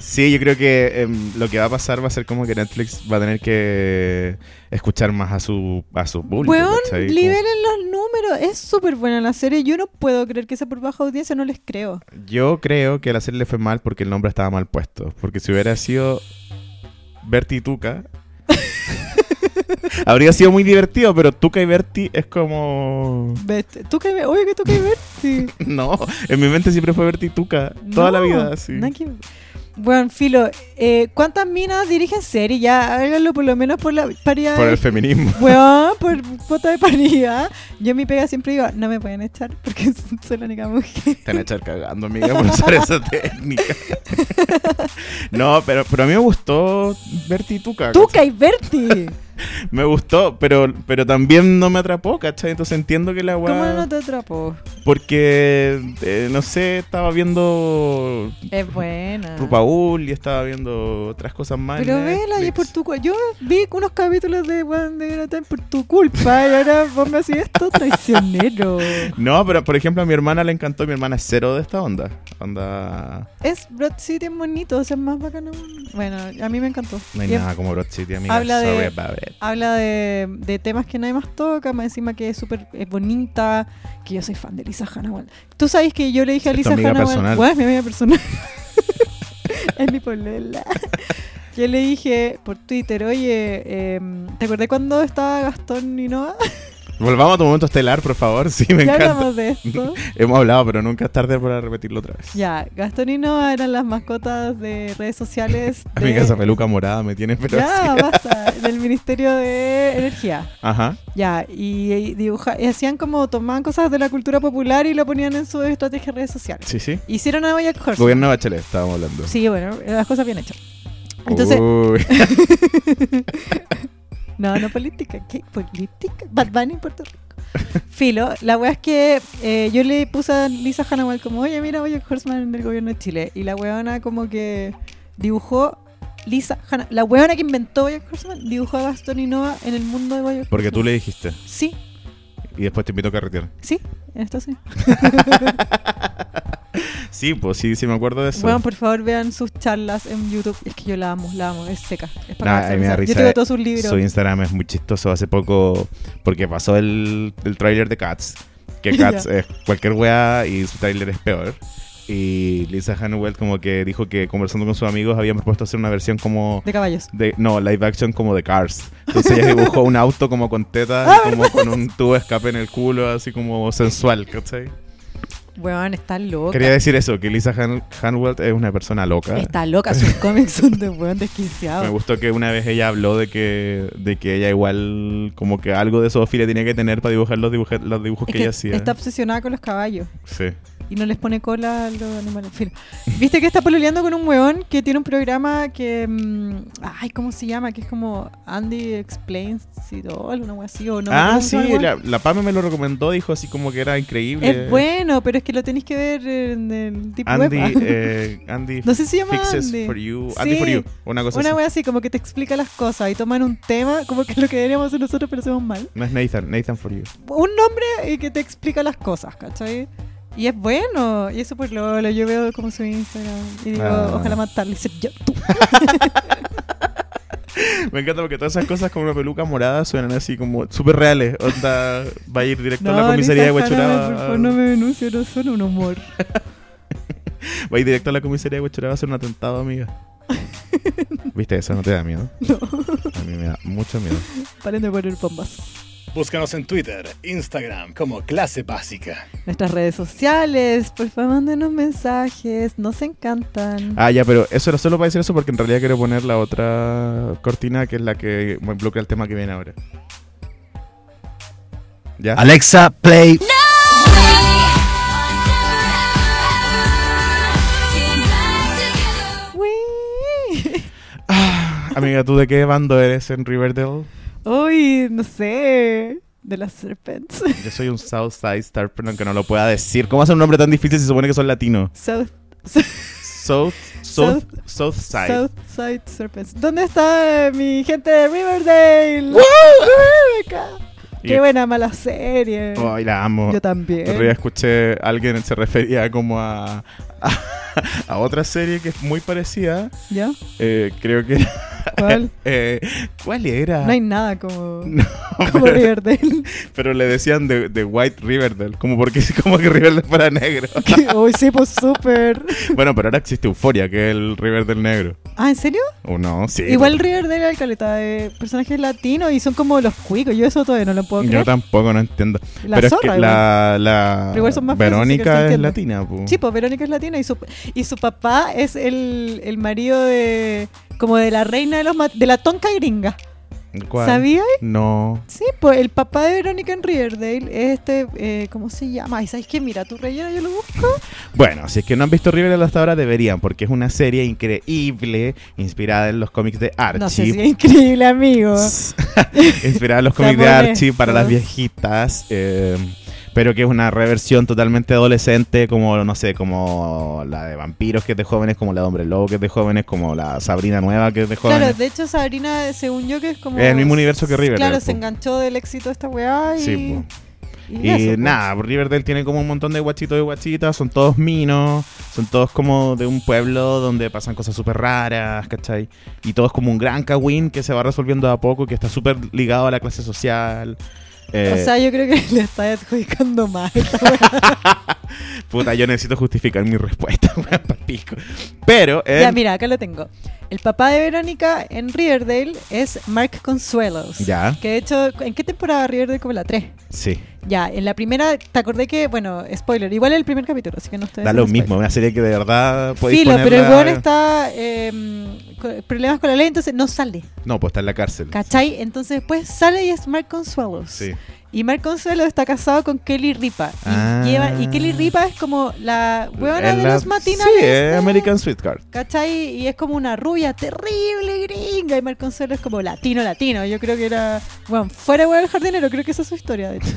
Speaker 1: Sí, yo creo que em, lo que va a pasar va a ser como que Netflix va a tener que escuchar más a su, a su público.
Speaker 2: Weón,
Speaker 1: ¿cachai? Como-
Speaker 2: liberen los números, es súper buena la serie. Yo no puedo creer que esa por baja audiencia no les creo.
Speaker 1: Yo creo que la serie le fue mal porque el nombre estaba mal puesto. Porque si hubiera sido Berti y Tuca, habría sido muy divertido, pero Tuca y Berti es como.
Speaker 2: Bet- ¿Tú qué ve- Oye, que tú qué ver? Sí.
Speaker 1: No, en mi mente siempre fue Berti y Tuca. Toda la
Speaker 2: No,
Speaker 1: vida, así.
Speaker 2: nada que- Bueno, Filo, eh, ¿cuántas minas dirigen serie? Ya háganlo por lo menos por la paridad.
Speaker 1: Por el
Speaker 2: de-
Speaker 1: feminismo.
Speaker 2: Weón, por cuota de paridad. Yo en mi pega siempre digo, no me pueden echar porque soy la única mujer.
Speaker 1: Te van a echar cagando, amiga, por usar esa técnica. no, pero, pero a mí me gustó Berti y Tuca.
Speaker 2: Tuca y Berti.
Speaker 1: Me gustó, pero, pero también no me atrapó, ¿cachai? Entonces entiendo que la weá.
Speaker 2: ¿Cómo no te atrapó?
Speaker 1: Porque, eh, no sé, estaba viendo
Speaker 2: Es buena.
Speaker 1: Rupaul y estaba viendo otras cosas más. en
Speaker 2: Ah. Pero vela, y es
Speaker 1: Netflix.
Speaker 2: por tu culpa. Yo vi unos capítulos de One Day at a Time por tu culpa. Y ahora vos me hacías esto traicionero.
Speaker 1: No, pero por ejemplo a mi hermana le encantó, mi hermana es cero de esta onda. Onda...
Speaker 2: Es Broad City es bonito, o sea, es más bacano. Bueno, a mí me encantó.
Speaker 1: No hay
Speaker 2: Y es
Speaker 1: nada como Broad City, amiga.
Speaker 2: Habla de-
Speaker 1: Sorry about it.
Speaker 2: Habla de, de temas que nadie más toca, más encima que es súper eh, bonita, que yo soy fan de Lisa Hannawal. Tú sabes que yo le dije a
Speaker 1: Es tu
Speaker 2: Lisa
Speaker 1: amiga
Speaker 2: Hannawal,
Speaker 1: personal.
Speaker 2: "Guau, es mi amiga personal. es mi polela. Yo le dije por Twitter, oye, em, ¿te acordás cuando estaba Gastón y Noah?
Speaker 1: Volvamos a tu momento estelar, por favor. Sí, me
Speaker 2: ya
Speaker 1: encanta.
Speaker 2: hablamos de esto.
Speaker 1: Hemos hablado, pero nunca es tarde para repetirlo otra vez.
Speaker 2: ya, Gastón y Noah eran las mascotas de redes sociales. de-
Speaker 1: Amiga, esa peluca morada me tiene, pero
Speaker 2: ya,
Speaker 1: sí.
Speaker 2: basta, del Ministerio de Energía.
Speaker 1: Ajá.
Speaker 2: Ya, y, y dibuja, y hacían como, tomaban cosas de la cultura popular y lo ponían en sus estrategias de redes sociales.
Speaker 1: Sí, sí.
Speaker 2: Hicieron a Boyack Horseman.
Speaker 1: Gobierno de Bachelet, estábamos hablando.
Speaker 2: Sí, bueno, las cosas bien hechas.
Speaker 1: Oh.
Speaker 2: Entonces,
Speaker 1: Uy.
Speaker 2: no, no política, ¿qué política? Bad Bunny en Puerto Rico. Filo, la wea es que eh, yo le puse a Lisa Hannawal como, oye, mira, Boyack Horseman del gobierno de Chile. Y la weona como que dibujó Lisa Hanna, la weona que inventó Boyack Horseman dibujó a Gastón y Noah en el mundo de Boyack
Speaker 1: Porque tú
Speaker 2: Horseman.
Speaker 1: le dijiste.
Speaker 2: Sí,
Speaker 1: Y después te invito a carretear.
Speaker 2: sí, en Estados Unidos.
Speaker 1: Sí, pues sí, sí me acuerdo de eso.
Speaker 2: Bueno, por favor vean sus charlas en YouTube. Es que yo la amo, la amo, es seca. Es para
Speaker 1: Nah,
Speaker 2: cagarse
Speaker 1: a mí me
Speaker 2: de
Speaker 1: da
Speaker 2: risa.
Speaker 1: risa,
Speaker 2: Yo tengo
Speaker 1: eh,
Speaker 2: todos sus libros.
Speaker 1: Su Instagram es muy chistoso. Hace poco, porque pasó el, el tráiler de Cats, que Cats
Speaker 2: Ya.
Speaker 1: es cualquier weá y su tráiler es peor. Y Lisa Hannawell como que dijo que conversando con sus amigos habían propuesto hacer una versión como
Speaker 2: De caballos.
Speaker 1: de no, live action como de Cars. Entonces ella dibujó un auto como con tetas, y como con un tubo de escape en el culo, así como sensual, ¿cachai?
Speaker 2: Weón, está loca.
Speaker 1: Quería decir eso, que Lisa Han Hannawell es una persona loca.
Speaker 2: Está loca, sus cómics son de
Speaker 1: Me
Speaker 2: weón desquiciado.
Speaker 1: gustó que una vez ella habló de que, de que ella igual como que algo de zoofilia tenía que tener para dibujar los, dibuje- los dibujos
Speaker 2: Es
Speaker 1: que,
Speaker 2: que
Speaker 1: ella hacía.
Speaker 2: está obsesionada con los caballos
Speaker 1: Sí.
Speaker 2: y no les pone cola a los animales. En fin. Viste que está pololeando con un weón que tiene un programa que. mm, ay, ¿cómo se llama? Que es como Andy Explains It All, una wea así o no.
Speaker 1: ah,
Speaker 2: ¿Cómo se
Speaker 1: sí,
Speaker 2: llama el weón?
Speaker 1: la, la Pame me lo recomendó, dijo así como que era increíble.
Speaker 2: Es bueno, pero es que lo tenéis que ver en el tipo
Speaker 1: Andy,
Speaker 2: web.
Speaker 1: eh, Andy
Speaker 2: No sé si se llama
Speaker 1: fixes
Speaker 2: Andy.
Speaker 1: for you. Andy for
Speaker 2: Sí.
Speaker 1: you. Una cosa
Speaker 2: Una
Speaker 1: así.
Speaker 2: wea así, como que te explica las cosas y toman un tema, como que es lo que deberíamos hacer nosotros, pero hacemos mal.
Speaker 1: No es Nathan, Nathan for you.
Speaker 2: Un nombre y que te explica las cosas, ¿cachai? Y es bueno, y eso por lo yo veo como su Instagram y digo,
Speaker 1: Ah.
Speaker 2: ojalá matarle y ser yo. tú.
Speaker 1: Me encanta porque todas esas cosas como una peluca morada suenan así como súper reales. Onda, va a ir directo a la comisaría de
Speaker 2: Lisa Hannah, por
Speaker 1: Huachuraba.
Speaker 2: favor, no me denuncio, no son un humor.
Speaker 1: Va a ir directo a la comisaría de Huachuraba a hacer un atentado, amiga. ¿Viste eso? ¿No te da miedo?
Speaker 2: No,
Speaker 1: A mí me da mucho miedo.
Speaker 2: paren de poner bombas.
Speaker 3: Búscanos en Twitter, Instagram como Clase Básica.
Speaker 2: Nuestras redes sociales, por favor, mándenos mensajes, nos encantan.
Speaker 1: Ah, ya, pero eso era solo para decir eso porque en realidad quiero poner la otra cortina que es la que me bloquea el tema que viene ahora. ¿Ya?
Speaker 3: Alexa, play.
Speaker 4: No way! I'll never, ever, ever
Speaker 1: Ah, amiga, ¿tú de qué bando eres en Riverdale?
Speaker 2: Uy, no sé. De las serpents.
Speaker 1: Yo soy un Southside Star, pero aunque no lo pueda decir. ¿Cómo hace un nombre tan difícil si se supone que son latinos?
Speaker 2: South,
Speaker 1: South, South, Southside.
Speaker 2: Southside Serpents. ¿Dónde está eh, mi gente de Riverdale? Acá.
Speaker 1: Y- Oh,
Speaker 2: Qué buena mala serie.
Speaker 1: Ay, la amo.
Speaker 2: Yo
Speaker 1: El otro día
Speaker 2: también.
Speaker 1: escuché a alguien se refería como a, a, a otra serie que es muy parecida.
Speaker 2: ¿Ya?
Speaker 1: Eh, creo que.
Speaker 2: ¿Cuál?
Speaker 1: Eh, ¿Cuál era?
Speaker 2: No hay nada como,
Speaker 1: No,
Speaker 2: como
Speaker 1: pero-
Speaker 2: Riverdale.
Speaker 1: Pero le decían de, de White Riverdale, como porque como que Riverdale para negro.
Speaker 2: Que- Uy, sí, pues súper.
Speaker 1: bueno, pero ahora existe Euforia, que es el Riverdale negro.
Speaker 2: Ah, ¿en serio?
Speaker 1: ¿O no? Sí.
Speaker 2: Igual Riverdale era caleta de personajes latinos y son como los cuicos. Yo eso todavía no lo puedo
Speaker 1: Yo
Speaker 2: creer.
Speaker 1: tampoco no entiendo.
Speaker 2: La
Speaker 1: pero es
Speaker 2: zorra,
Speaker 1: que la, la
Speaker 2: Pero igual son más franceses, así que se
Speaker 1: Verónica es
Speaker 2: entiende.
Speaker 1: latina, po.
Speaker 2: Sí, pues Verónica es latina y su, y su papá es el, el marido de. como de la reina de los. ma- de la tonca gringa.
Speaker 1: ¿Cuál?
Speaker 2: ¿Sabía?
Speaker 1: No.
Speaker 2: Sí, pues el papá de Verónica en Riverdale es este. eh, ¿Cómo se llama? ¿Y sabes qué? Mira, tu rellena yo lo busco.
Speaker 1: Bueno, si es que no han visto Riverdale hasta ahora, deberían, porque es una serie increíble, inspirada en los cómics de Archie.
Speaker 2: No sé si es increíble, amigo.
Speaker 1: inspirada en los cómics de
Speaker 2: Seamos
Speaker 1: Archie para las
Speaker 2: honestos.
Speaker 1: viejitas. eh, pero que es una reversión totalmente adolescente, como, no sé, como la de vampiros que es de jóvenes, como la de hombre lobo que es de jóvenes, como la Sabrina nueva que es de jóvenes.
Speaker 2: Claro, de hecho, Sabrina, según yo, que es como.
Speaker 1: Es el mismo universo que Riverdale,
Speaker 2: Claro,
Speaker 1: po.
Speaker 2: se enganchó del éxito de esta weá y.
Speaker 1: Sí, pues. po.
Speaker 2: y
Speaker 1: Y
Speaker 2: eso, pues. po.
Speaker 1: nada, Riverdale tiene como un montón de guachitos y guachitas, son todos minos, son todos como de un pueblo donde pasan cosas súper raras, ¿cachai? Y todo es como un gran cagüín que se va resolviendo de a poco, que está súper ligado a la clase social. Eh,
Speaker 2: O sea, yo creo que le está adjudicando más esta weá.
Speaker 1: puta, yo necesito justificar mi respuesta, weón, pa'l pico. Pero, eh,
Speaker 2: Ya, mira, acá lo tengo. El papá de Verónica en Riverdale es Mark Consuelos.
Speaker 1: Ya.
Speaker 2: Que de hecho, ¿en qué temporada Riverdale como la 3?
Speaker 1: sí,
Speaker 2: Ya, en la primera, te acordé que, bueno, spoiler, igual es el primer capítulo, así que no estoy
Speaker 1: da
Speaker 2: haciendo
Speaker 1: lo mismo,
Speaker 2: spoiler.
Speaker 1: una serie que de verdad podéis
Speaker 2: Filo, pero el
Speaker 1: ponerla-
Speaker 2: weón está eh, con problemas con la ley, entonces no sale,
Speaker 1: No, pues está en la cárcel.
Speaker 2: ¿cachai? Entonces después sale y es Mark Consuelos.
Speaker 1: Sí.
Speaker 2: Y Mark Consuelos está casado con Kelly Ripa. Y,
Speaker 1: Ah.
Speaker 2: lleva- y Kelly Ripa es como la weona
Speaker 1: En
Speaker 2: de
Speaker 1: la-
Speaker 2: los matinales.
Speaker 1: Sí, eh,
Speaker 2: de-
Speaker 1: American Sweetheart.
Speaker 2: ¿Cachai? Y es como una rubia terrible, gringa. Y Marc Consuelo es como latino, latino. Yo creo que era. Bueno, fuera huevo del jardinero, creo que esa es su historia, de hecho.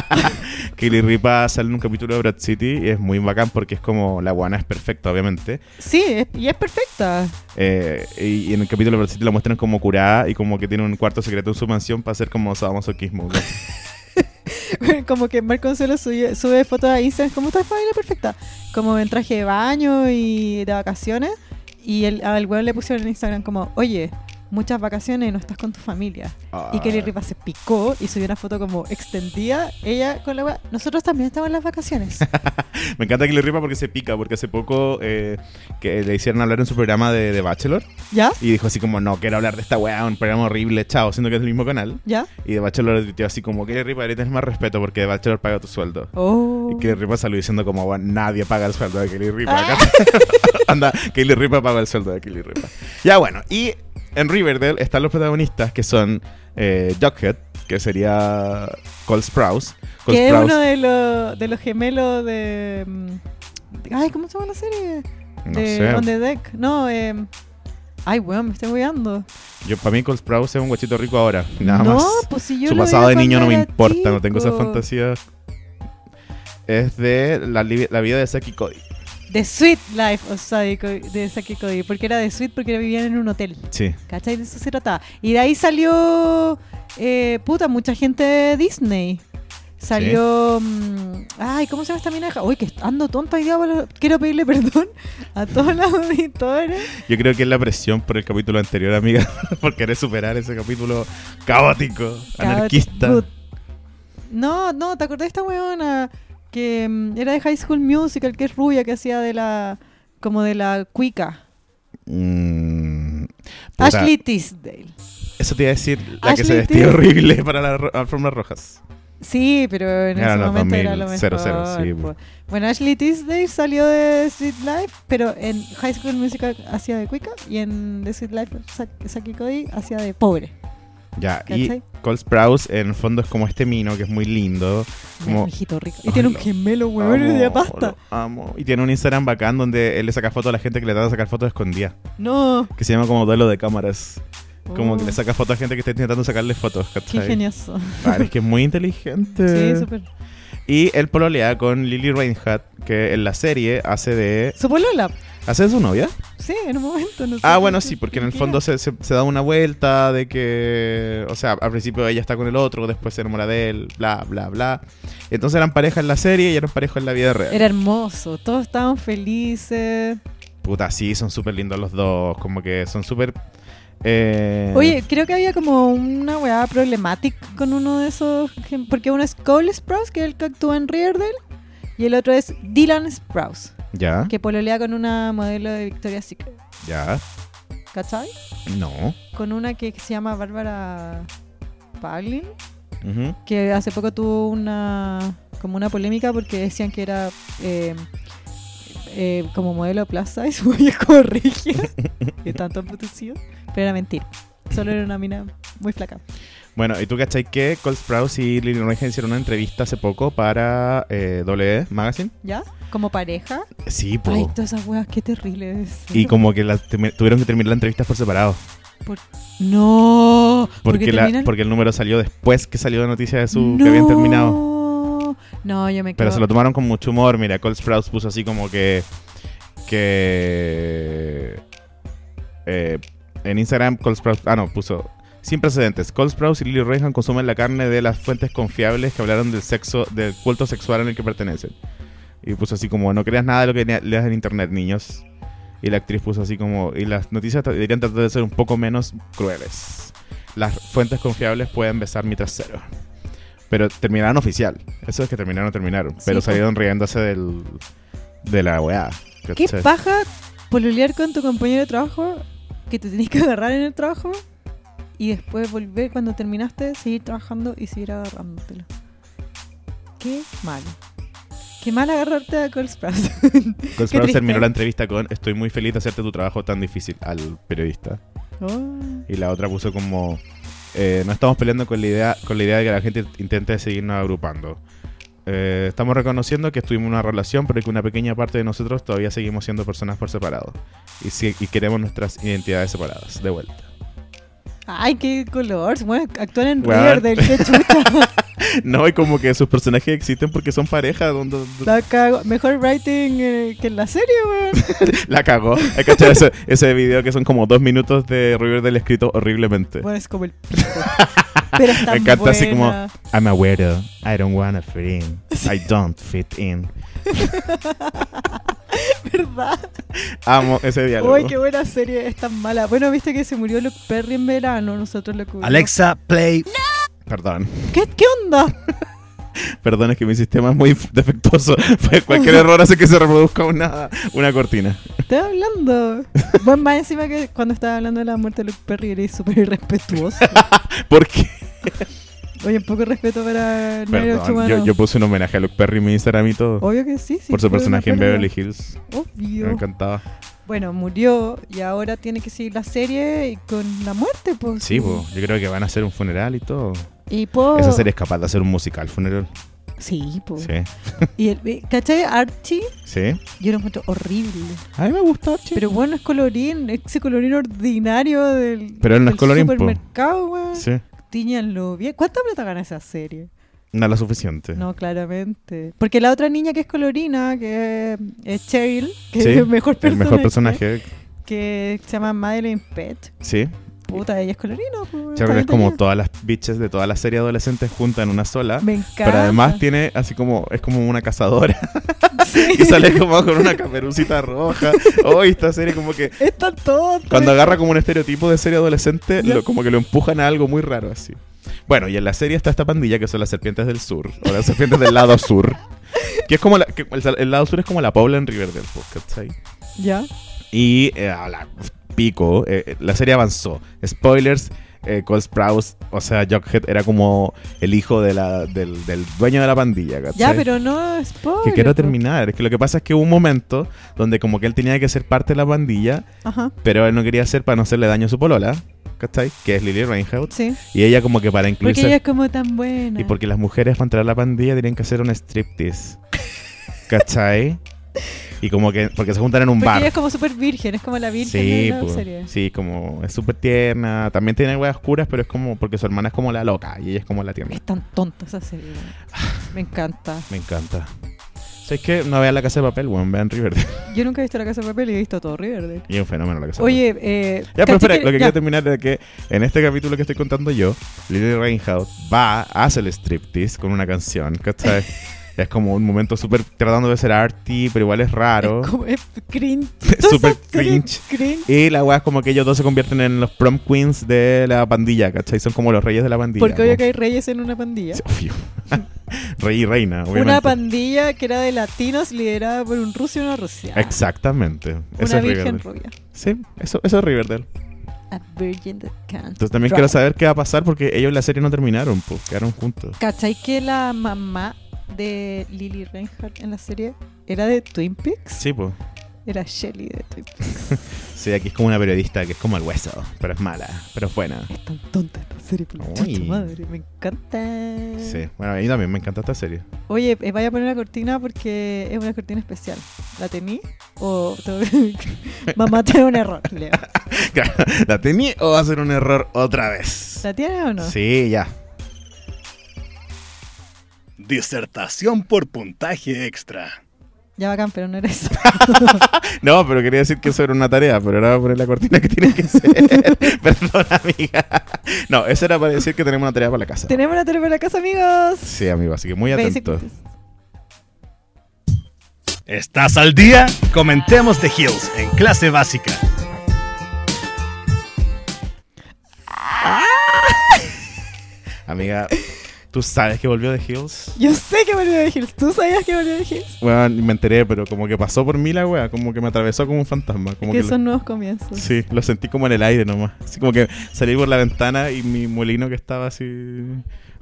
Speaker 1: Kelly Ripa sale en un capítulo de Brad City y es muy bacán porque es como la guana es perfecta, obviamente.
Speaker 2: Sí, es- y es perfecta.
Speaker 1: Eh, y, y en el capítulo de Brad City la muestran como curada y como que tiene un cuarto secreto en su mansión para hacer como sadomasoquismo. ¿no?
Speaker 2: como que Marc Consuelo sube, sube fotos a Instagram como esta familia perfecta. Como en traje de baño y de vacaciones. Y el, al huevo le pusieron en Instagram como, oye, muchas vacaciones y no estás con tu familia. Y Kelly Ripa se picó y subió una foto como extendida. Ella con la wea, Nosotros también estamos en las vacaciones.
Speaker 1: Ah, Me encanta Kelly Ripa porque se pica, porque hace poco eh, que le hicieron hablar en su programa de, de Bachelor
Speaker 2: ¿Ya?
Speaker 1: y dijo así como, no, quiero hablar de esta weá, un programa horrible, chao, siendo que es el mismo canal.
Speaker 2: ¿Ya?
Speaker 1: Y de Bachelor le tuiteó así como, Kelly Ripa, deberías tener más respeto porque de Bachelor paga tu sueldo.
Speaker 2: Oh.
Speaker 1: Y Kelly Ripa salió diciendo como "Bueno, nadie paga el sueldo de Kelly Ripa.
Speaker 2: Ah.
Speaker 1: Anda, Kelly Ripa paga el sueldo de Kelly Ripa. Ya bueno, y en Riverdale están los protagonistas que son eh, Jughead, que sería Cole Sprouse. Cole
Speaker 2: Que es
Speaker 1: Sprouse-
Speaker 2: uno de los, de los gemelos de. mm, Ay, ¿cómo se llama la serie?
Speaker 1: no
Speaker 2: de
Speaker 1: sé.
Speaker 2: On the Deck. No, eh, ay, weón, me estoy weando.
Speaker 1: Yo para mí Cole Sprouse es un guachito rico ahora, nada
Speaker 2: no,
Speaker 1: más.
Speaker 2: pues si yo
Speaker 1: Su
Speaker 2: lo
Speaker 1: pasado
Speaker 2: veía
Speaker 1: de niño no
Speaker 2: cuando
Speaker 1: me
Speaker 2: era
Speaker 1: importa, no tengo esa
Speaker 2: chico.
Speaker 1: fantasía. Es de la, li- la vida de Saki Cody.
Speaker 2: The Sweet Life of Sadie Co- de Saki Cody. Porque era de Sweet porque vivían en un hotel.
Speaker 1: Sí.
Speaker 2: ¿Cachai? De eso se trataba. Y de ahí salió. eh, puta, mucha gente de Disney. Salió. mm, ay, ¿cómo se llama esta mina? Uy, que ando tonta hoy día, boludo. Quiero pedirle perdón a todos los auditores.
Speaker 1: Yo creo que es la presión por el capítulo anterior, amiga, por querer superar ese capítulo caótico, anarquista.
Speaker 2: Cabot- No, no, ¿te acordás de esta weona? Que mm, era de High School Musical, que es rubia, que hacía de la. como de la cuica.
Speaker 1: Mm, puta,
Speaker 2: Ashley Tisdale.
Speaker 1: Eso te iba a decir, la que se
Speaker 2: Ashley
Speaker 1: vestía
Speaker 2: Tisdale.
Speaker 1: horrible para las ro- alfombras rojas.
Speaker 2: Sí, pero en
Speaker 1: Era
Speaker 2: ese
Speaker 1: los
Speaker 2: momento era lo
Speaker 1: 2000,
Speaker 2: mejor.
Speaker 1: 00, sí, pues.
Speaker 2: po.
Speaker 1: po.
Speaker 2: Bueno, Ashley Tisdale salió de Street Life, pero en High School Musical hacía de cuica y en The Street Life Sa- Saki Cody hacía de pobre.
Speaker 1: Ya,
Speaker 2: ¿Cachai?
Speaker 1: y Cole Sprouse en el fondo es como este mino que es muy lindo.
Speaker 2: Mira,
Speaker 1: Como,
Speaker 2: mijito rico. Y
Speaker 1: Ay,
Speaker 2: tiene un
Speaker 1: lo
Speaker 2: gemelo, huevón,
Speaker 1: amo,
Speaker 2: de pasta.
Speaker 1: lo amo. Y tiene un Instagram bacán donde él le saca fotos a la gente que le trata de sacar fotos escondidas.
Speaker 2: No.
Speaker 1: Que se llama como duelo de cámaras. Como
Speaker 2: Oh,
Speaker 1: que le saca fotos a gente que está intentando sacarle fotos.
Speaker 2: Qué
Speaker 1: ¿cachai?
Speaker 2: ingenioso.
Speaker 1: Ah, es que es muy inteligente.
Speaker 2: Sí, súper.
Speaker 1: Y él pololea con Lily Reinhardt, que en la serie hace de...
Speaker 2: Su polola.
Speaker 1: ¿Hace de su novia?
Speaker 2: Sí, en un momento. No sé
Speaker 1: Ah,
Speaker 2: qué-
Speaker 1: bueno,
Speaker 2: qué-
Speaker 1: sí, porque en
Speaker 2: qué
Speaker 1: el fondo
Speaker 2: era.
Speaker 1: se, se- se da una vuelta de que, o sea, al principio ella está con el otro, después se enamora de él, bla, bla, bla. Entonces eran pareja en la serie y eran pareja en la vida real.
Speaker 2: Era hermoso. Todos estaban felices.
Speaker 1: Puta, sí, son súper lindos los dos, como que son súper... eh,
Speaker 2: Oye, creo que había como una weá problemática con uno de esos. gen- Porque uno es Cole Sprouse, que es el que actúa en Riverdale. Y el otro es Dylan Sprouse,
Speaker 1: Ya,
Speaker 2: que pololea con una modelo de Victoria's Secret.
Speaker 1: ya,
Speaker 2: ¿Cachai?
Speaker 1: no.
Speaker 2: Con una que se llama Bárbara Palin.
Speaker 1: ujú.
Speaker 2: que hace poco tuvo una como una polémica porque decían que era eh, eh, como modelo plus size muy corrigida de tanto producido pero era mentira solo era una mina muy flaca
Speaker 1: Bueno, ¿y tú cachai que Cole Sprouse y Lily Reinhardt hicieron una entrevista hace poco para eh, W Magazine?
Speaker 2: ya como pareja
Speaker 1: Sí, po.
Speaker 2: ay todas esas weas qué terrible es
Speaker 1: Y como que la- tuvieron que terminar la entrevista por separado.
Speaker 2: no
Speaker 1: Porque, la-
Speaker 2: terminan-
Speaker 1: porque el número salió después que salió la noticia de su
Speaker 2: No.
Speaker 1: que habían terminado.
Speaker 2: no yo me
Speaker 1: Pero
Speaker 2: quedo
Speaker 1: se lo tomaron con mucho humor. Mira, Cole Sprouse puso así como que. Que. eh, en Instagram, Cole Sprouse. Ah, no, puso. Sin precedentes. Cole Sprouse y Lily Reinhardt consumen la carne de las fuentes confiables que hablaron del sexo, del culto sexual en el que pertenecen. Y puso así como: No creas nada de lo que ne- leas en internet, niños. Y la actriz puso así como: Y las noticias tra- deberían tratar de ser un poco menos crueles. Las fuentes confiables pueden besar mi trasero. Pero terminaron oficial. Eso es que terminaron, terminaron. Pero
Speaker 2: pues.
Speaker 1: salieron riéndose del, de la weá.
Speaker 2: ¿Qué
Speaker 1: ¿cachai?
Speaker 2: paja pololear con tu compañero de trabajo que te tenés que agarrar en el trabajo y después volver cuando terminaste, seguir trabajando y seguir agarrándotelo? Qué malo. Qué mal agarrarte a Cole Sprouse.
Speaker 1: Cole
Speaker 2: Qué
Speaker 1: Sprouse
Speaker 2: triste.
Speaker 1: terminó la entrevista con Estoy muy feliz de hacerte tu trabajo tan difícil al periodista.
Speaker 2: Oh.
Speaker 1: Y la otra puso como eh, no estamos peleando con la idea, con la idea de que la gente intente seguirnos agrupando. Eh, estamos reconociendo que estuvimos en una relación, pero que una pequeña parte de nosotros todavía seguimos siendo personas por separado. Y, si- y queremos nuestras identidades separadas, de vuelta.
Speaker 2: Ay, qué color. Bueno, actuar en
Speaker 1: Weón.
Speaker 2: Riverdale, qué chucha.
Speaker 1: No, y como que sus personajes existen porque son pareja. Donde,
Speaker 2: La cago. Mejor writing eh, que en la serie, weón.
Speaker 1: la cagó. Hay que echar ese, ese video que son como dos minutos de Riverdale escrito horriblemente.
Speaker 2: Bueno, es como el. pico. Pero está
Speaker 1: Me encanta así como,
Speaker 2: buena.
Speaker 1: I'm a weirdo. I don't wanna fit in. I don't fit in.
Speaker 2: ¿Verdad?
Speaker 1: Amo ese diálogo.
Speaker 2: Uy, qué buena serie, es tan mala. Bueno, viste que se murió Luke Perry en verano, nosotros lo cubrimos.
Speaker 3: Alexa, play.
Speaker 1: Perdón.
Speaker 2: ¿Qué, qué onda?
Speaker 1: Perdón, es que mi sistema es muy defectuoso. Cualquier error hace que se reproduzca una, una cortina.
Speaker 2: Estoy hablando. Bueno, más encima que cuando estaba hablando de la muerte de Luke Perry eres súper irrespetuoso.
Speaker 1: Porque,
Speaker 2: Oye, poco respeto para el negro
Speaker 1: perdón, yo,
Speaker 2: chumano.
Speaker 1: yo puse un homenaje a Luke Perry en mi Instagram y todo.
Speaker 2: Obvio que sí, sí.
Speaker 1: por su
Speaker 2: fue una
Speaker 1: personaje en
Speaker 2: pérdida.
Speaker 1: Beverly Hills. Me
Speaker 2: Obvio.
Speaker 1: encantaba.
Speaker 2: Bueno, murió y ahora tiene que seguir la serie y con la muerte, pues.
Speaker 1: Sí, po, yo creo que van a hacer un funeral y todo.
Speaker 2: Y po.
Speaker 1: Esa serie es capaz de hacer un musical funeral.
Speaker 2: Sí, po.
Speaker 1: Sí.
Speaker 2: Y el, eh, ¿Cachai? Archie,
Speaker 1: Sí.
Speaker 2: yo lo encuentro horrible.
Speaker 1: A mí me gusta Archie.
Speaker 2: Pero bueno, es colorín, ese colorín ordinario del,
Speaker 1: Pero él no es
Speaker 2: del
Speaker 1: colorín, po.
Speaker 2: supermercado, weón.
Speaker 1: Sí.
Speaker 2: Tíñanlo bien. ¿Cuánta plata gana esa serie?
Speaker 1: No lo suficiente.
Speaker 2: No, claramente. Porque la otra niña que es colorina, que es Cheryl, que
Speaker 1: Sí,
Speaker 2: es el mejor
Speaker 1: El
Speaker 2: personaje,
Speaker 1: mejor personaje.
Speaker 2: que se llama Madeline Pet.
Speaker 1: Sí.
Speaker 2: Puta, ella es colorina. po, weón.
Speaker 1: Cheryl es
Speaker 2: Está
Speaker 1: como
Speaker 2: bien,
Speaker 1: todas las bitches de todas las series adolescentes juntas en una sola.
Speaker 2: Me encanta.
Speaker 1: Pero además tiene así como, es como una cazadora.
Speaker 2: Sí.
Speaker 1: y sale como con una caperucita roja. Hoy esta serie como que...
Speaker 2: Es tan tonta.
Speaker 1: Cuando agarra como un estereotipo de serie adolescente,
Speaker 2: Ya.
Speaker 1: lo- como que lo empujan a algo muy raro así. Bueno, y en la serie está esta pandilla que son las serpientes del sur, o las serpientes del lado sur. Que es como la- que el, el lado sur es como la Paula en Riverdale, po, ¿cachai?
Speaker 2: Ya.
Speaker 1: Y eh, a la pico, eh, la serie avanzó. Spoilers, eh, Cole Sprouse, o sea, Jughead era como el hijo de la, del, del dueño de la pandilla, ¿cachai?
Speaker 2: Ya, pero no spoiler.
Speaker 1: Que quiero
Speaker 2: po.
Speaker 1: terminar. Es que lo que pasa es que hubo un momento donde como que él tenía que ser parte de la pandilla,
Speaker 2: Ajá.
Speaker 1: pero él no quería ser para no hacerle daño a su polola. ¿cachai? Que es Lily Reinhardt.
Speaker 2: Sí.
Speaker 1: Y ella como que para
Speaker 2: Porque
Speaker 1: incluirse...
Speaker 2: ella es como tan buena.
Speaker 1: Y porque las mujeres para entrar a la pandilla tenían que hacer un striptease. ¿Cachai? Y como que... Porque se juntan en un
Speaker 2: Porque
Speaker 1: bar.
Speaker 2: ella es como súper virgen, es como la virgen
Speaker 1: Sí,
Speaker 2: de la
Speaker 1: pues,
Speaker 2: serie.
Speaker 1: sí, como es súper tierna. También tiene weas oscuras, pero es como porque su hermana es como la loca y ella es como la tierna.
Speaker 2: Es tan tonta esa serie. weón. Me encanta.
Speaker 1: Me encanta. ¿Sabes que No vean la casa de papel, weón, vean Riverdale.
Speaker 2: Yo nunca he visto La Casa de Papel y he visto todo Riverdale.
Speaker 1: y es un fenómeno la casa de Papel.
Speaker 2: Oye, eh,
Speaker 1: Ya, pero
Speaker 2: ¿cachai
Speaker 1: espera,
Speaker 2: que-
Speaker 1: lo que
Speaker 2: ya,
Speaker 1: quiero terminar es que en este capítulo que estoy contando yo, Lily Reinhardt va, hace el striptease con una canción, ¿cachai? es como un momento súper tratando de ser arty, pero igual es raro.
Speaker 2: Es, como- es cringe.
Speaker 1: Es
Speaker 2: Toda
Speaker 1: súper
Speaker 2: esa serie
Speaker 1: cringe.
Speaker 2: cringe.
Speaker 1: Y la weá es como que ellos dos se convierten en los prom queens de la pandilla, ¿cachai? Son como los reyes de la pandilla.
Speaker 2: Porque
Speaker 1: ¿no?
Speaker 2: obvio que hay reyes en una pandilla.
Speaker 1: Sí, obvio. Rey y reina, obviamente.
Speaker 2: Una pandilla que era de latinos liderada por un ruso y una rusa.
Speaker 1: Exactamente. eso
Speaker 2: Una
Speaker 1: es
Speaker 2: virgen
Speaker 1: Riverdale.
Speaker 2: rubia.
Speaker 1: Sí, eso, eso es Riverdale.
Speaker 2: A virgin that can't.
Speaker 1: Entonces también
Speaker 2: Right.
Speaker 1: quiero saber qué va a pasar porque ellos en la serie no terminaron, pues quedaron juntos.
Speaker 2: ¿Cachai que la mamá de Lily Reinhardt en la serie era de Twin Peaks?
Speaker 1: Sí, pues.
Speaker 2: Era Shelly de Twin Peaks.
Speaker 1: Sí, aquí es como una periodista que es como el hueso, pero es mala, pero es buena.
Speaker 2: Es tan tonta esta serie, por la
Speaker 1: Uy.
Speaker 2: chucha madre. Me encanta.
Speaker 1: Sí, bueno, a mí también me encanta esta serie.
Speaker 2: Oye, eh, vaya a poner la cortina porque es una cortina especial. ¿La tení? O tengo que- mamá tiene un error, Leo.
Speaker 1: ¿La tenía o va a ser un error otra vez?
Speaker 2: ¿La tienes o no?
Speaker 1: Sí, ya.
Speaker 3: Disertación por puntaje extra.
Speaker 2: Ya bacán, pero no era eso.
Speaker 1: No, pero quería decir que eso era una tarea, pero ahora voy a poner la cortina que tiene que ser. Perdón, amiga. No, eso era para decir que tenemos una tarea para la casa.
Speaker 2: Tenemos la tele para la casa, amigos.
Speaker 1: Sí, amigo, así que muy
Speaker 2: Basic
Speaker 1: atento.
Speaker 2: Bitches.
Speaker 3: ¿Estás al día? Comentemos The Hills en clase básica.
Speaker 1: Amiga, ¿tú sabes que volvió The Hills?
Speaker 2: Yo sé que volvió de Hills. ¿Tú sabías que volvió de Hills?
Speaker 1: Weón, me enteré, pero como que pasó por mí la wea, como que me atravesó como un fantasma. Como
Speaker 2: que
Speaker 1: que lo-
Speaker 2: son nuevos comienzos.
Speaker 1: Sí, lo sentí como en el aire nomás. Así como que salí por la ventana y mi molino que estaba así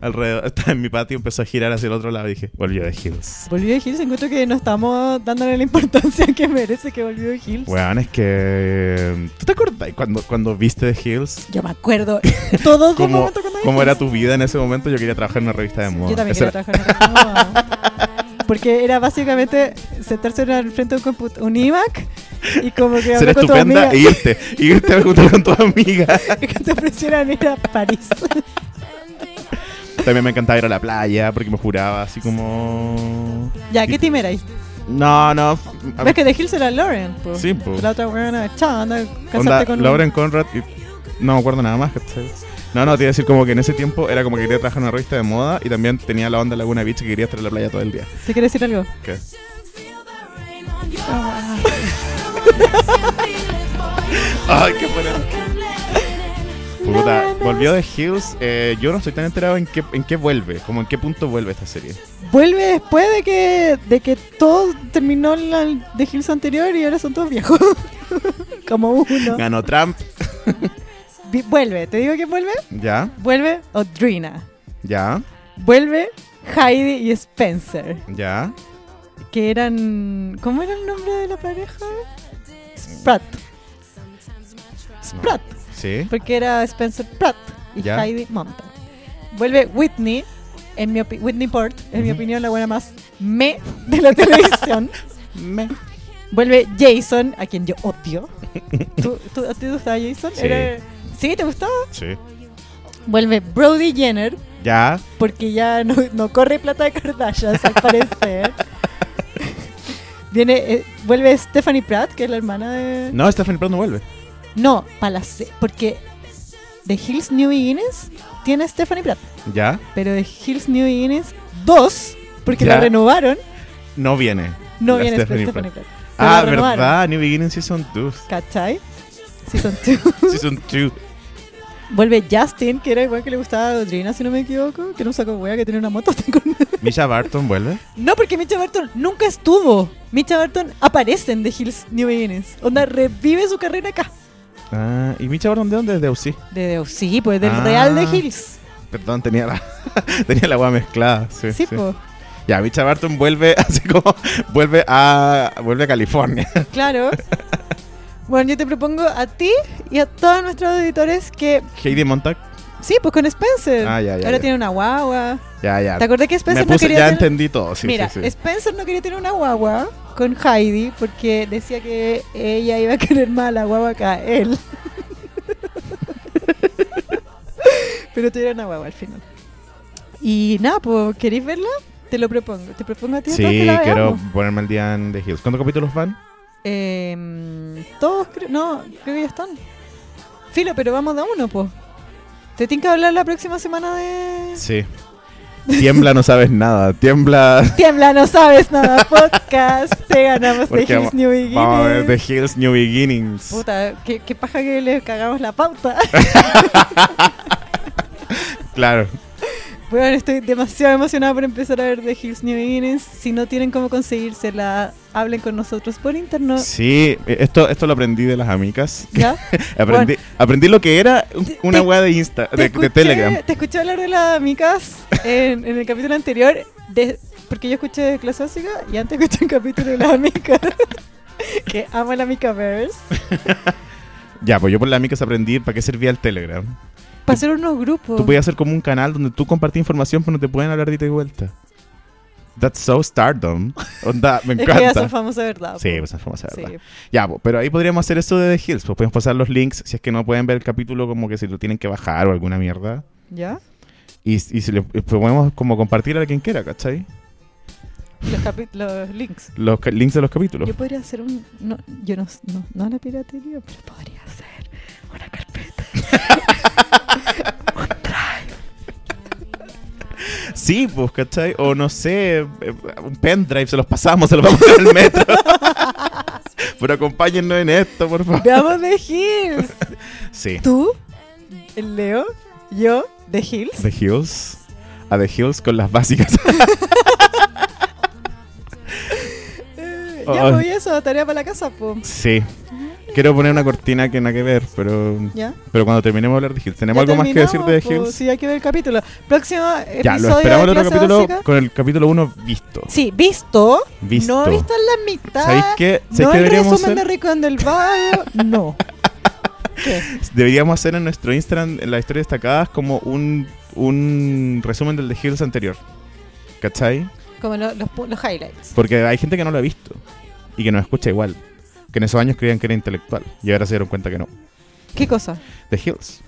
Speaker 1: alrededor, estaba en mi patio, empezó a girar hacia el otro lado y dije, volvió de Hills.
Speaker 2: Volvió de Hills, encuentro que no estamos dándole la importancia que merece que volvió de Hills.
Speaker 1: Weón, es que... ¿Tú te acordás cuando, cuando viste The Hills?
Speaker 2: Yo me acuerdo todos los
Speaker 1: ¿Cómo,
Speaker 2: momentos cuando vi
Speaker 1: cómo
Speaker 2: Hills.
Speaker 1: era tu vida en ese momento? Yo quería trabajar en una revista de moda.
Speaker 2: Yo también
Speaker 1: Esa
Speaker 2: quería trabajar en una computadora. Porque era básicamente sentarse al frente de un, comput- un iMac y como que
Speaker 1: era- Ser
Speaker 2: hablar con tu
Speaker 1: estupenda
Speaker 2: amiga
Speaker 1: e irte. e irte junto con tu amiga.
Speaker 2: que te ofrecieran ir a París.
Speaker 1: También me encantaba ir a la playa porque me juraba así como...
Speaker 2: ya, ¿qué team erais?
Speaker 1: No, no.
Speaker 2: ¿Ves que de Hills era Lauren? po?
Speaker 1: Sí, po.
Speaker 2: La otra buena, chao, anda,
Speaker 1: Onda,
Speaker 2: casarte con un-
Speaker 1: Lauren Conrad y no me acuerdo nada más. ¿cachai? No, no, te iba a decir como que en ese tiempo era como que quería trabajar en una revista de moda y también tenía la onda Laguna Beach que quería estar en la playa todo el día.
Speaker 2: ¿Te quieres decir algo?
Speaker 1: ¿Qué? Ay, qué bueno. Puta, volvió de Hills. eh, yo no estoy tan enterado en qué, en qué vuelve, como en qué punto vuelve esta serie.
Speaker 2: Vuelve después de que, de que todo terminó la de Hills anterior y ahora son todos viejos. como uno.
Speaker 1: Ganó Trump.
Speaker 2: Vi- Vuelve, ¿te digo que vuelve?
Speaker 1: Ya,
Speaker 2: Vuelve Odrina.
Speaker 1: ya,
Speaker 2: Vuelve Heidi y Spencer,
Speaker 1: ya.
Speaker 2: que eran... ¿Cómo era el nombre de la pareja? Spratt. Spratt,
Speaker 1: Sí.
Speaker 2: porque era Spencer Pratt y
Speaker 1: Ya.
Speaker 2: Heidi Mountain. Vuelve Whitney, en mi opi- Whitney Port, en mi
Speaker 1: Ujú.
Speaker 2: opinión la buena más me de la televisión.
Speaker 1: Me.
Speaker 2: Vuelve Jason, a quien yo odio. ¿Tú, tú, ¿A ti te gustaba Jason?
Speaker 1: Sí.
Speaker 2: Era- ¿Sí? ¿Te gustaba?
Speaker 1: Sí.
Speaker 2: Vuelve Brody Jenner,
Speaker 1: Ya.
Speaker 2: porque ya no, no corre plata de Kardashian, al parecer. Viene, eh, vuelve Stephanie Pratt, que es la hermana de...
Speaker 1: No, Stephen Pratt no vuelve.
Speaker 2: No, para la se- porque The Hills New Beginnings tiene a Stephanie Pratt,
Speaker 1: Ya.
Speaker 2: pero The Hills New Beginnings 2, porque
Speaker 1: Ya.
Speaker 2: la renovaron,
Speaker 1: No viene.
Speaker 2: no
Speaker 1: La
Speaker 2: viene
Speaker 1: Stephanie
Speaker 2: Stephanie,
Speaker 1: Pratt.
Speaker 2: Pratt. Pero la
Speaker 1: Ah,
Speaker 2: renovaron,
Speaker 1: verdad. New Beginning Season 2.
Speaker 2: ¿Cachai? Season 2.
Speaker 1: Season 2.
Speaker 2: Vuelve Justin, que era igual que le gustaba a Audrina, si no me equivoco, que era un saco de hueá que tiene una moto. hasta con-
Speaker 1: Misha Barton vuelve.
Speaker 2: No, porque Mitcha Barton nunca estuvo. Mitcha Barton aparece en The Hills New Beginnings. Onda, revive su carrera acá.
Speaker 1: Ah, ¿y Micha Barton de dónde? Desde UCI.
Speaker 2: De, de- sí, pues del
Speaker 1: Ah.
Speaker 2: Real de Hills.
Speaker 1: Perdón, tenía la, tenía la agua mezclada. Sí,
Speaker 2: Sí,
Speaker 1: sí.
Speaker 2: pues.
Speaker 1: Ya, Micha Barton vuelve así como. Vuelve a. Vuelve a California.
Speaker 2: Claro. Bueno, yo te propongo a ti y a todos nuestros auditores que.
Speaker 1: Heidi Montag.
Speaker 2: Sí, pues con Spencer.
Speaker 1: Ah, ya, ya,
Speaker 2: Ahora
Speaker 1: ya.
Speaker 2: tiene una guagua.
Speaker 1: Ya, ya.
Speaker 2: ¿Te acordás que Spencer
Speaker 1: Me puse-
Speaker 2: no quería
Speaker 1: ya
Speaker 2: tener-
Speaker 1: entendí todo. Sí,
Speaker 2: Mira,
Speaker 1: sí, sí.
Speaker 2: Spencer no quería tener una guagua con Heidi porque decía que ella iba a querer más a la guagua que a él. Pero tuvieron una guagua al final. Y nada, pues, ¿queréis verla? Te lo propongo. Te propongo a ti a todos que
Speaker 1: Sí,
Speaker 2: la
Speaker 1: quiero
Speaker 2: veamos.
Speaker 1: ponerme al día en The Hills. ¿Cuántos capítulos van?
Speaker 2: Em, todos, creo, no, creo que ya están. Filo, pero vamos de a uno, pues. Te tienen que hablar la próxima semana de...
Speaker 1: Sí. Tiembla, no sabes nada. Tiembla.
Speaker 2: Tiembla, no sabes nada, podcast. Te ganamos de
Speaker 1: Porque
Speaker 2: Hills New Beginning.
Speaker 1: Vamos a ver The Hills New Beginnings.
Speaker 2: Puta, qué, qué paja que le cagamos la pauta.
Speaker 1: Claro.
Speaker 2: bueno, estoy demasiado emocionada por empezar a ver The Hills New Beginnings. Si no tienen cómo conseguírsela, hablen con nosotros por interno.
Speaker 1: Sí, esto, esto lo aprendí de las amigas.
Speaker 2: ¿Ya?
Speaker 1: Aprendí, aprendí lo que era un-
Speaker 2: Te-
Speaker 1: una
Speaker 2: te-
Speaker 1: weá de Insta, de, de Telegram.
Speaker 2: Te escuché hablar de las amigas en, en el capítulo anterior, de- porque yo escuché clase básica y antes escuché un capítulo de las amigas. que amo la Amicaverse.
Speaker 1: Ya, pues yo por las amigas aprendí para qué servía el Telegram.
Speaker 2: Para hacer unos grupos.
Speaker 1: Tú podías hacer como un canal donde tú compartís información, pero no te pueden hablar de ida y vuelta. That's so stardom. Onda, me
Speaker 2: es que ya son
Speaker 1: encanta.
Speaker 2: famosos, ¿verdad?
Speaker 1: Sí,
Speaker 2: po?
Speaker 1: pues es famosa, ¿verdad?
Speaker 2: Sí.
Speaker 1: Ya, po, pero ahí podríamos hacer eso de The Hills. Pues podemos pasar los links si es que no pueden ver el capítulo, como que si lo tienen que bajar o alguna mierda.
Speaker 2: ¿Ya?
Speaker 1: Y, y si le y podemos como compartir a quien quiera, ¿cachai?
Speaker 2: Los, capi- los links.
Speaker 1: Los ca- links de los capítulos.
Speaker 2: Yo podría hacer un. No, yo no, no, no la piratería, pero podría hacer una carpeta.
Speaker 1: Sí, pues, ¿cachai? O no sé, eh, un pendrive, se los pasamos, se los vamos en el metro. pero acompáñennos en esto, por favor.
Speaker 2: Veamos The Hills.
Speaker 1: Sí.
Speaker 2: Tú, el Leo, yo, The Hills.
Speaker 1: The Hills. A The Hills con las básicas.
Speaker 2: Eh,
Speaker 1: Oh.
Speaker 2: ya, pues y eso, tarea para la casa, pues.
Speaker 1: sí. Quiero poner una cortina que nada que ver, pero,
Speaker 2: ¿Ya?
Speaker 1: pero cuando terminemos de hablar de Hills, ¿tenemos
Speaker 2: Ya
Speaker 1: algo más que decir
Speaker 2: terminamos,
Speaker 1: de The
Speaker 2: po.
Speaker 1: Hills?
Speaker 2: Sí, hay que ver el capítulo. Próximo
Speaker 1: ya,
Speaker 2: episodio
Speaker 1: lo esperamos
Speaker 2: de
Speaker 1: el otro
Speaker 2: Clase
Speaker 1: capítulo
Speaker 2: Básica.
Speaker 1: con el capítulo 1 visto.
Speaker 2: Sí, visto.
Speaker 1: Visto.
Speaker 2: No visto en la mitad.
Speaker 1: ¿Sabéis qué? ¿Sabéis
Speaker 2: no
Speaker 1: qué
Speaker 2: el
Speaker 1: deberíamos
Speaker 2: resumen de
Speaker 1: hacer?
Speaker 2: Rico en del Vago. No. ¿Qué?
Speaker 1: Deberíamos hacer en nuestro Instagram, en la historia destacadas, como un, un resumen del The Hills anterior. ¿Cachai?
Speaker 2: Como lo- los, pu- los highlights.
Speaker 1: Porque hay gente que no lo ha visto y que nos escucha igual. Que en esos años creían que era intelectual y ahora se dieron cuenta que no.
Speaker 2: ¿Qué cosa?
Speaker 1: The Hills.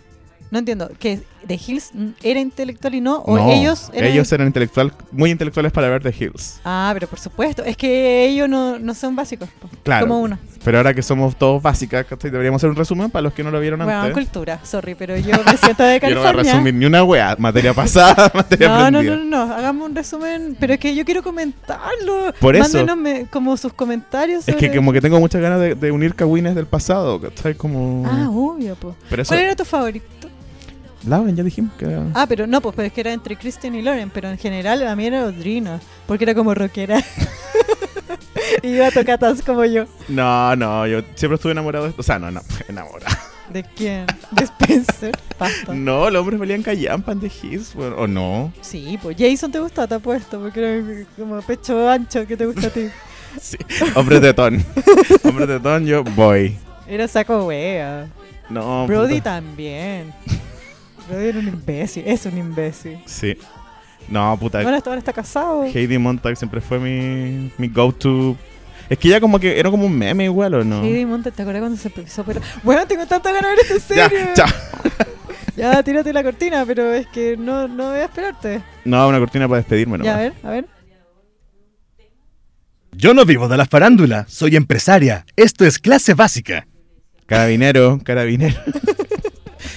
Speaker 2: No entiendo. ¿Que The Hills mm, era intelectual y no? ¿O
Speaker 1: No,
Speaker 2: ellos eran.?
Speaker 1: intelectual, muy intelectuales para ver The Hills.
Speaker 2: Ah, pero por supuesto. Es que ellos no, no son básicos. po.
Speaker 1: Claro.
Speaker 2: Como uno.
Speaker 1: Pero ahora que somos todos básicas, ¿cachai? deberíamos hacer un resumen para los que no lo vieron
Speaker 2: Bueno,
Speaker 1: antes.
Speaker 2: cultura, sorry, pero yo me siento
Speaker 1: Yo no voy a
Speaker 2: de California.
Speaker 1: resumir ni una wea. Materia pasada, materia
Speaker 2: No, no,
Speaker 1: aprendida.
Speaker 2: no, no, no, hagamos un resumen, pero es que yo quiero comentarlo.
Speaker 1: Por eso.
Speaker 2: Mándenos me- como sus comentarios.
Speaker 1: Es que
Speaker 2: sobre-
Speaker 1: como que tengo muchas ganas de, de unir cagüines del pasado, ¿cachai? Como...
Speaker 2: Ah, obvio, po.
Speaker 1: pero eso...
Speaker 2: ¿Cuál era tu favorito?
Speaker 1: Lauren, ya dijimos que... era-
Speaker 2: Ah, pero no, pues, pero es que era entre Kristen y Lauren, pero en general a mí era Odrina, porque era como rockera. y iba a tocatas como yo.
Speaker 1: No, no, yo siempre estuve enamorado de... O sea, no, no, enamorado.
Speaker 2: ¿De quién? ¿De Spencer? Basta.
Speaker 1: No, los hombres pelean callampan de Hills, weón, o no.
Speaker 2: Sí, pues Jason te gusta, te apuesto, porque era como pecho ancho que te gusta a ti.
Speaker 1: Sí. Hombre tetón. Hombre tetón, yo voy.
Speaker 2: Era saco wea.
Speaker 1: No.
Speaker 2: Brody
Speaker 1: puta.
Speaker 2: también. Brody era un imbécil, es un imbécil.
Speaker 1: Sí. No, puta.
Speaker 2: Ahora está, ahora está casado.
Speaker 1: Heidi Montag siempre fue mi, mi go-to. Es que ella como que era como un meme igual, ¿o no?
Speaker 2: Heidi Monte, ¿te acuerdas cuando se empezó? Pero... Bueno, tengo tanta ganas de ver esta
Speaker 1: ya,
Speaker 2: serie.
Speaker 1: chao.
Speaker 2: Ya, tírate la cortina, pero es que no, no voy a esperarte.
Speaker 1: No, una cortina para despedirme, ¿no?
Speaker 2: ya, a ver, a ver.
Speaker 3: Yo no vivo de la farándula, soy empresaria. Esto es clase básica.
Speaker 1: Carabinero, carabinero.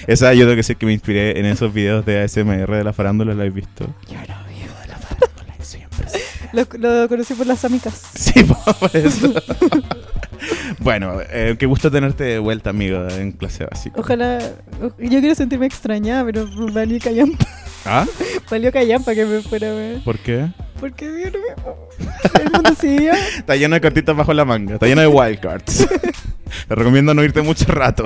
Speaker 1: Esa yo tengo que decir que me inspiré en esos videos de ASMR de la farándula, ¿la habéis visto?
Speaker 2: Yo no vivo de la
Speaker 1: Siempre.
Speaker 2: Lo, lo conocí por las amigas.
Speaker 1: Sí, por eso. bueno, eh, qué gusto tenerte de vuelta, amigo, en clase básica.
Speaker 2: Ojalá. o- Yo quiero sentirme extrañada, pero valió callampa.
Speaker 1: ¿Ah?
Speaker 2: Valió callampa que me fuera, weón.
Speaker 1: ¿Por qué?
Speaker 2: Porque yo no me- El mundo siguió.
Speaker 1: Está lleno de cartitas bajo la manga, está lleno de wildcards. Te recomiendo no irte mucho rato.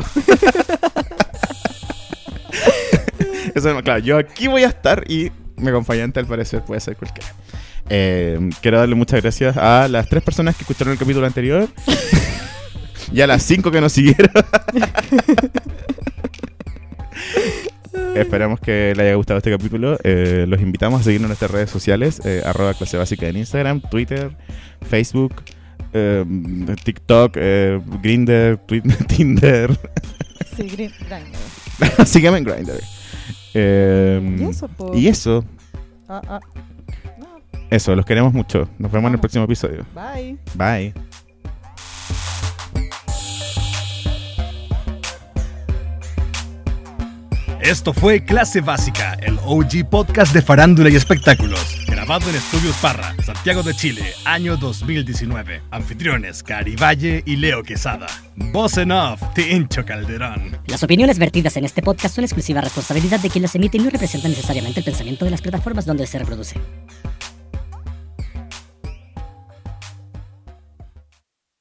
Speaker 1: Eso, no, claro, yo aquí voy a estar y mi acompañante al parecer puede ser cualquiera. Eh, quiero darle muchas gracias a las tres personas que escucharon el capítulo anterior. Y a las 5 que nos siguieron. Esperamos que les haya gustado este capítulo. Eh, los invitamos a seguirnos en nuestras redes sociales, eh, arroba clase básica en Instagram, Twitter, Facebook, eh, TikTok, eh, Grindr, Twi- Tinder.
Speaker 2: Sí, Green Grindr.
Speaker 1: Sígueme en Grindr. Eh,
Speaker 2: Y eso, po.
Speaker 1: y eso,
Speaker 2: Ah, ah. No,
Speaker 1: eso, los queremos mucho. Nos vemos en el
Speaker 2: Vamos.
Speaker 1: próximo episodio.
Speaker 2: bye.
Speaker 1: Bye.
Speaker 3: Esto fue Clase Básica, el OG podcast de farándula y espectáculos, grabado en Estudios Parra, Santiago de Chile, año 2019. Anfitriones, Cari Valle y Leo Quesada. Voz en off, Tincho Calderón.
Speaker 4: Las opiniones vertidas en este podcast son exclusiva responsabilidad de quien las emite y no representan necesariamente el pensamiento de las plataformas donde se reproduce.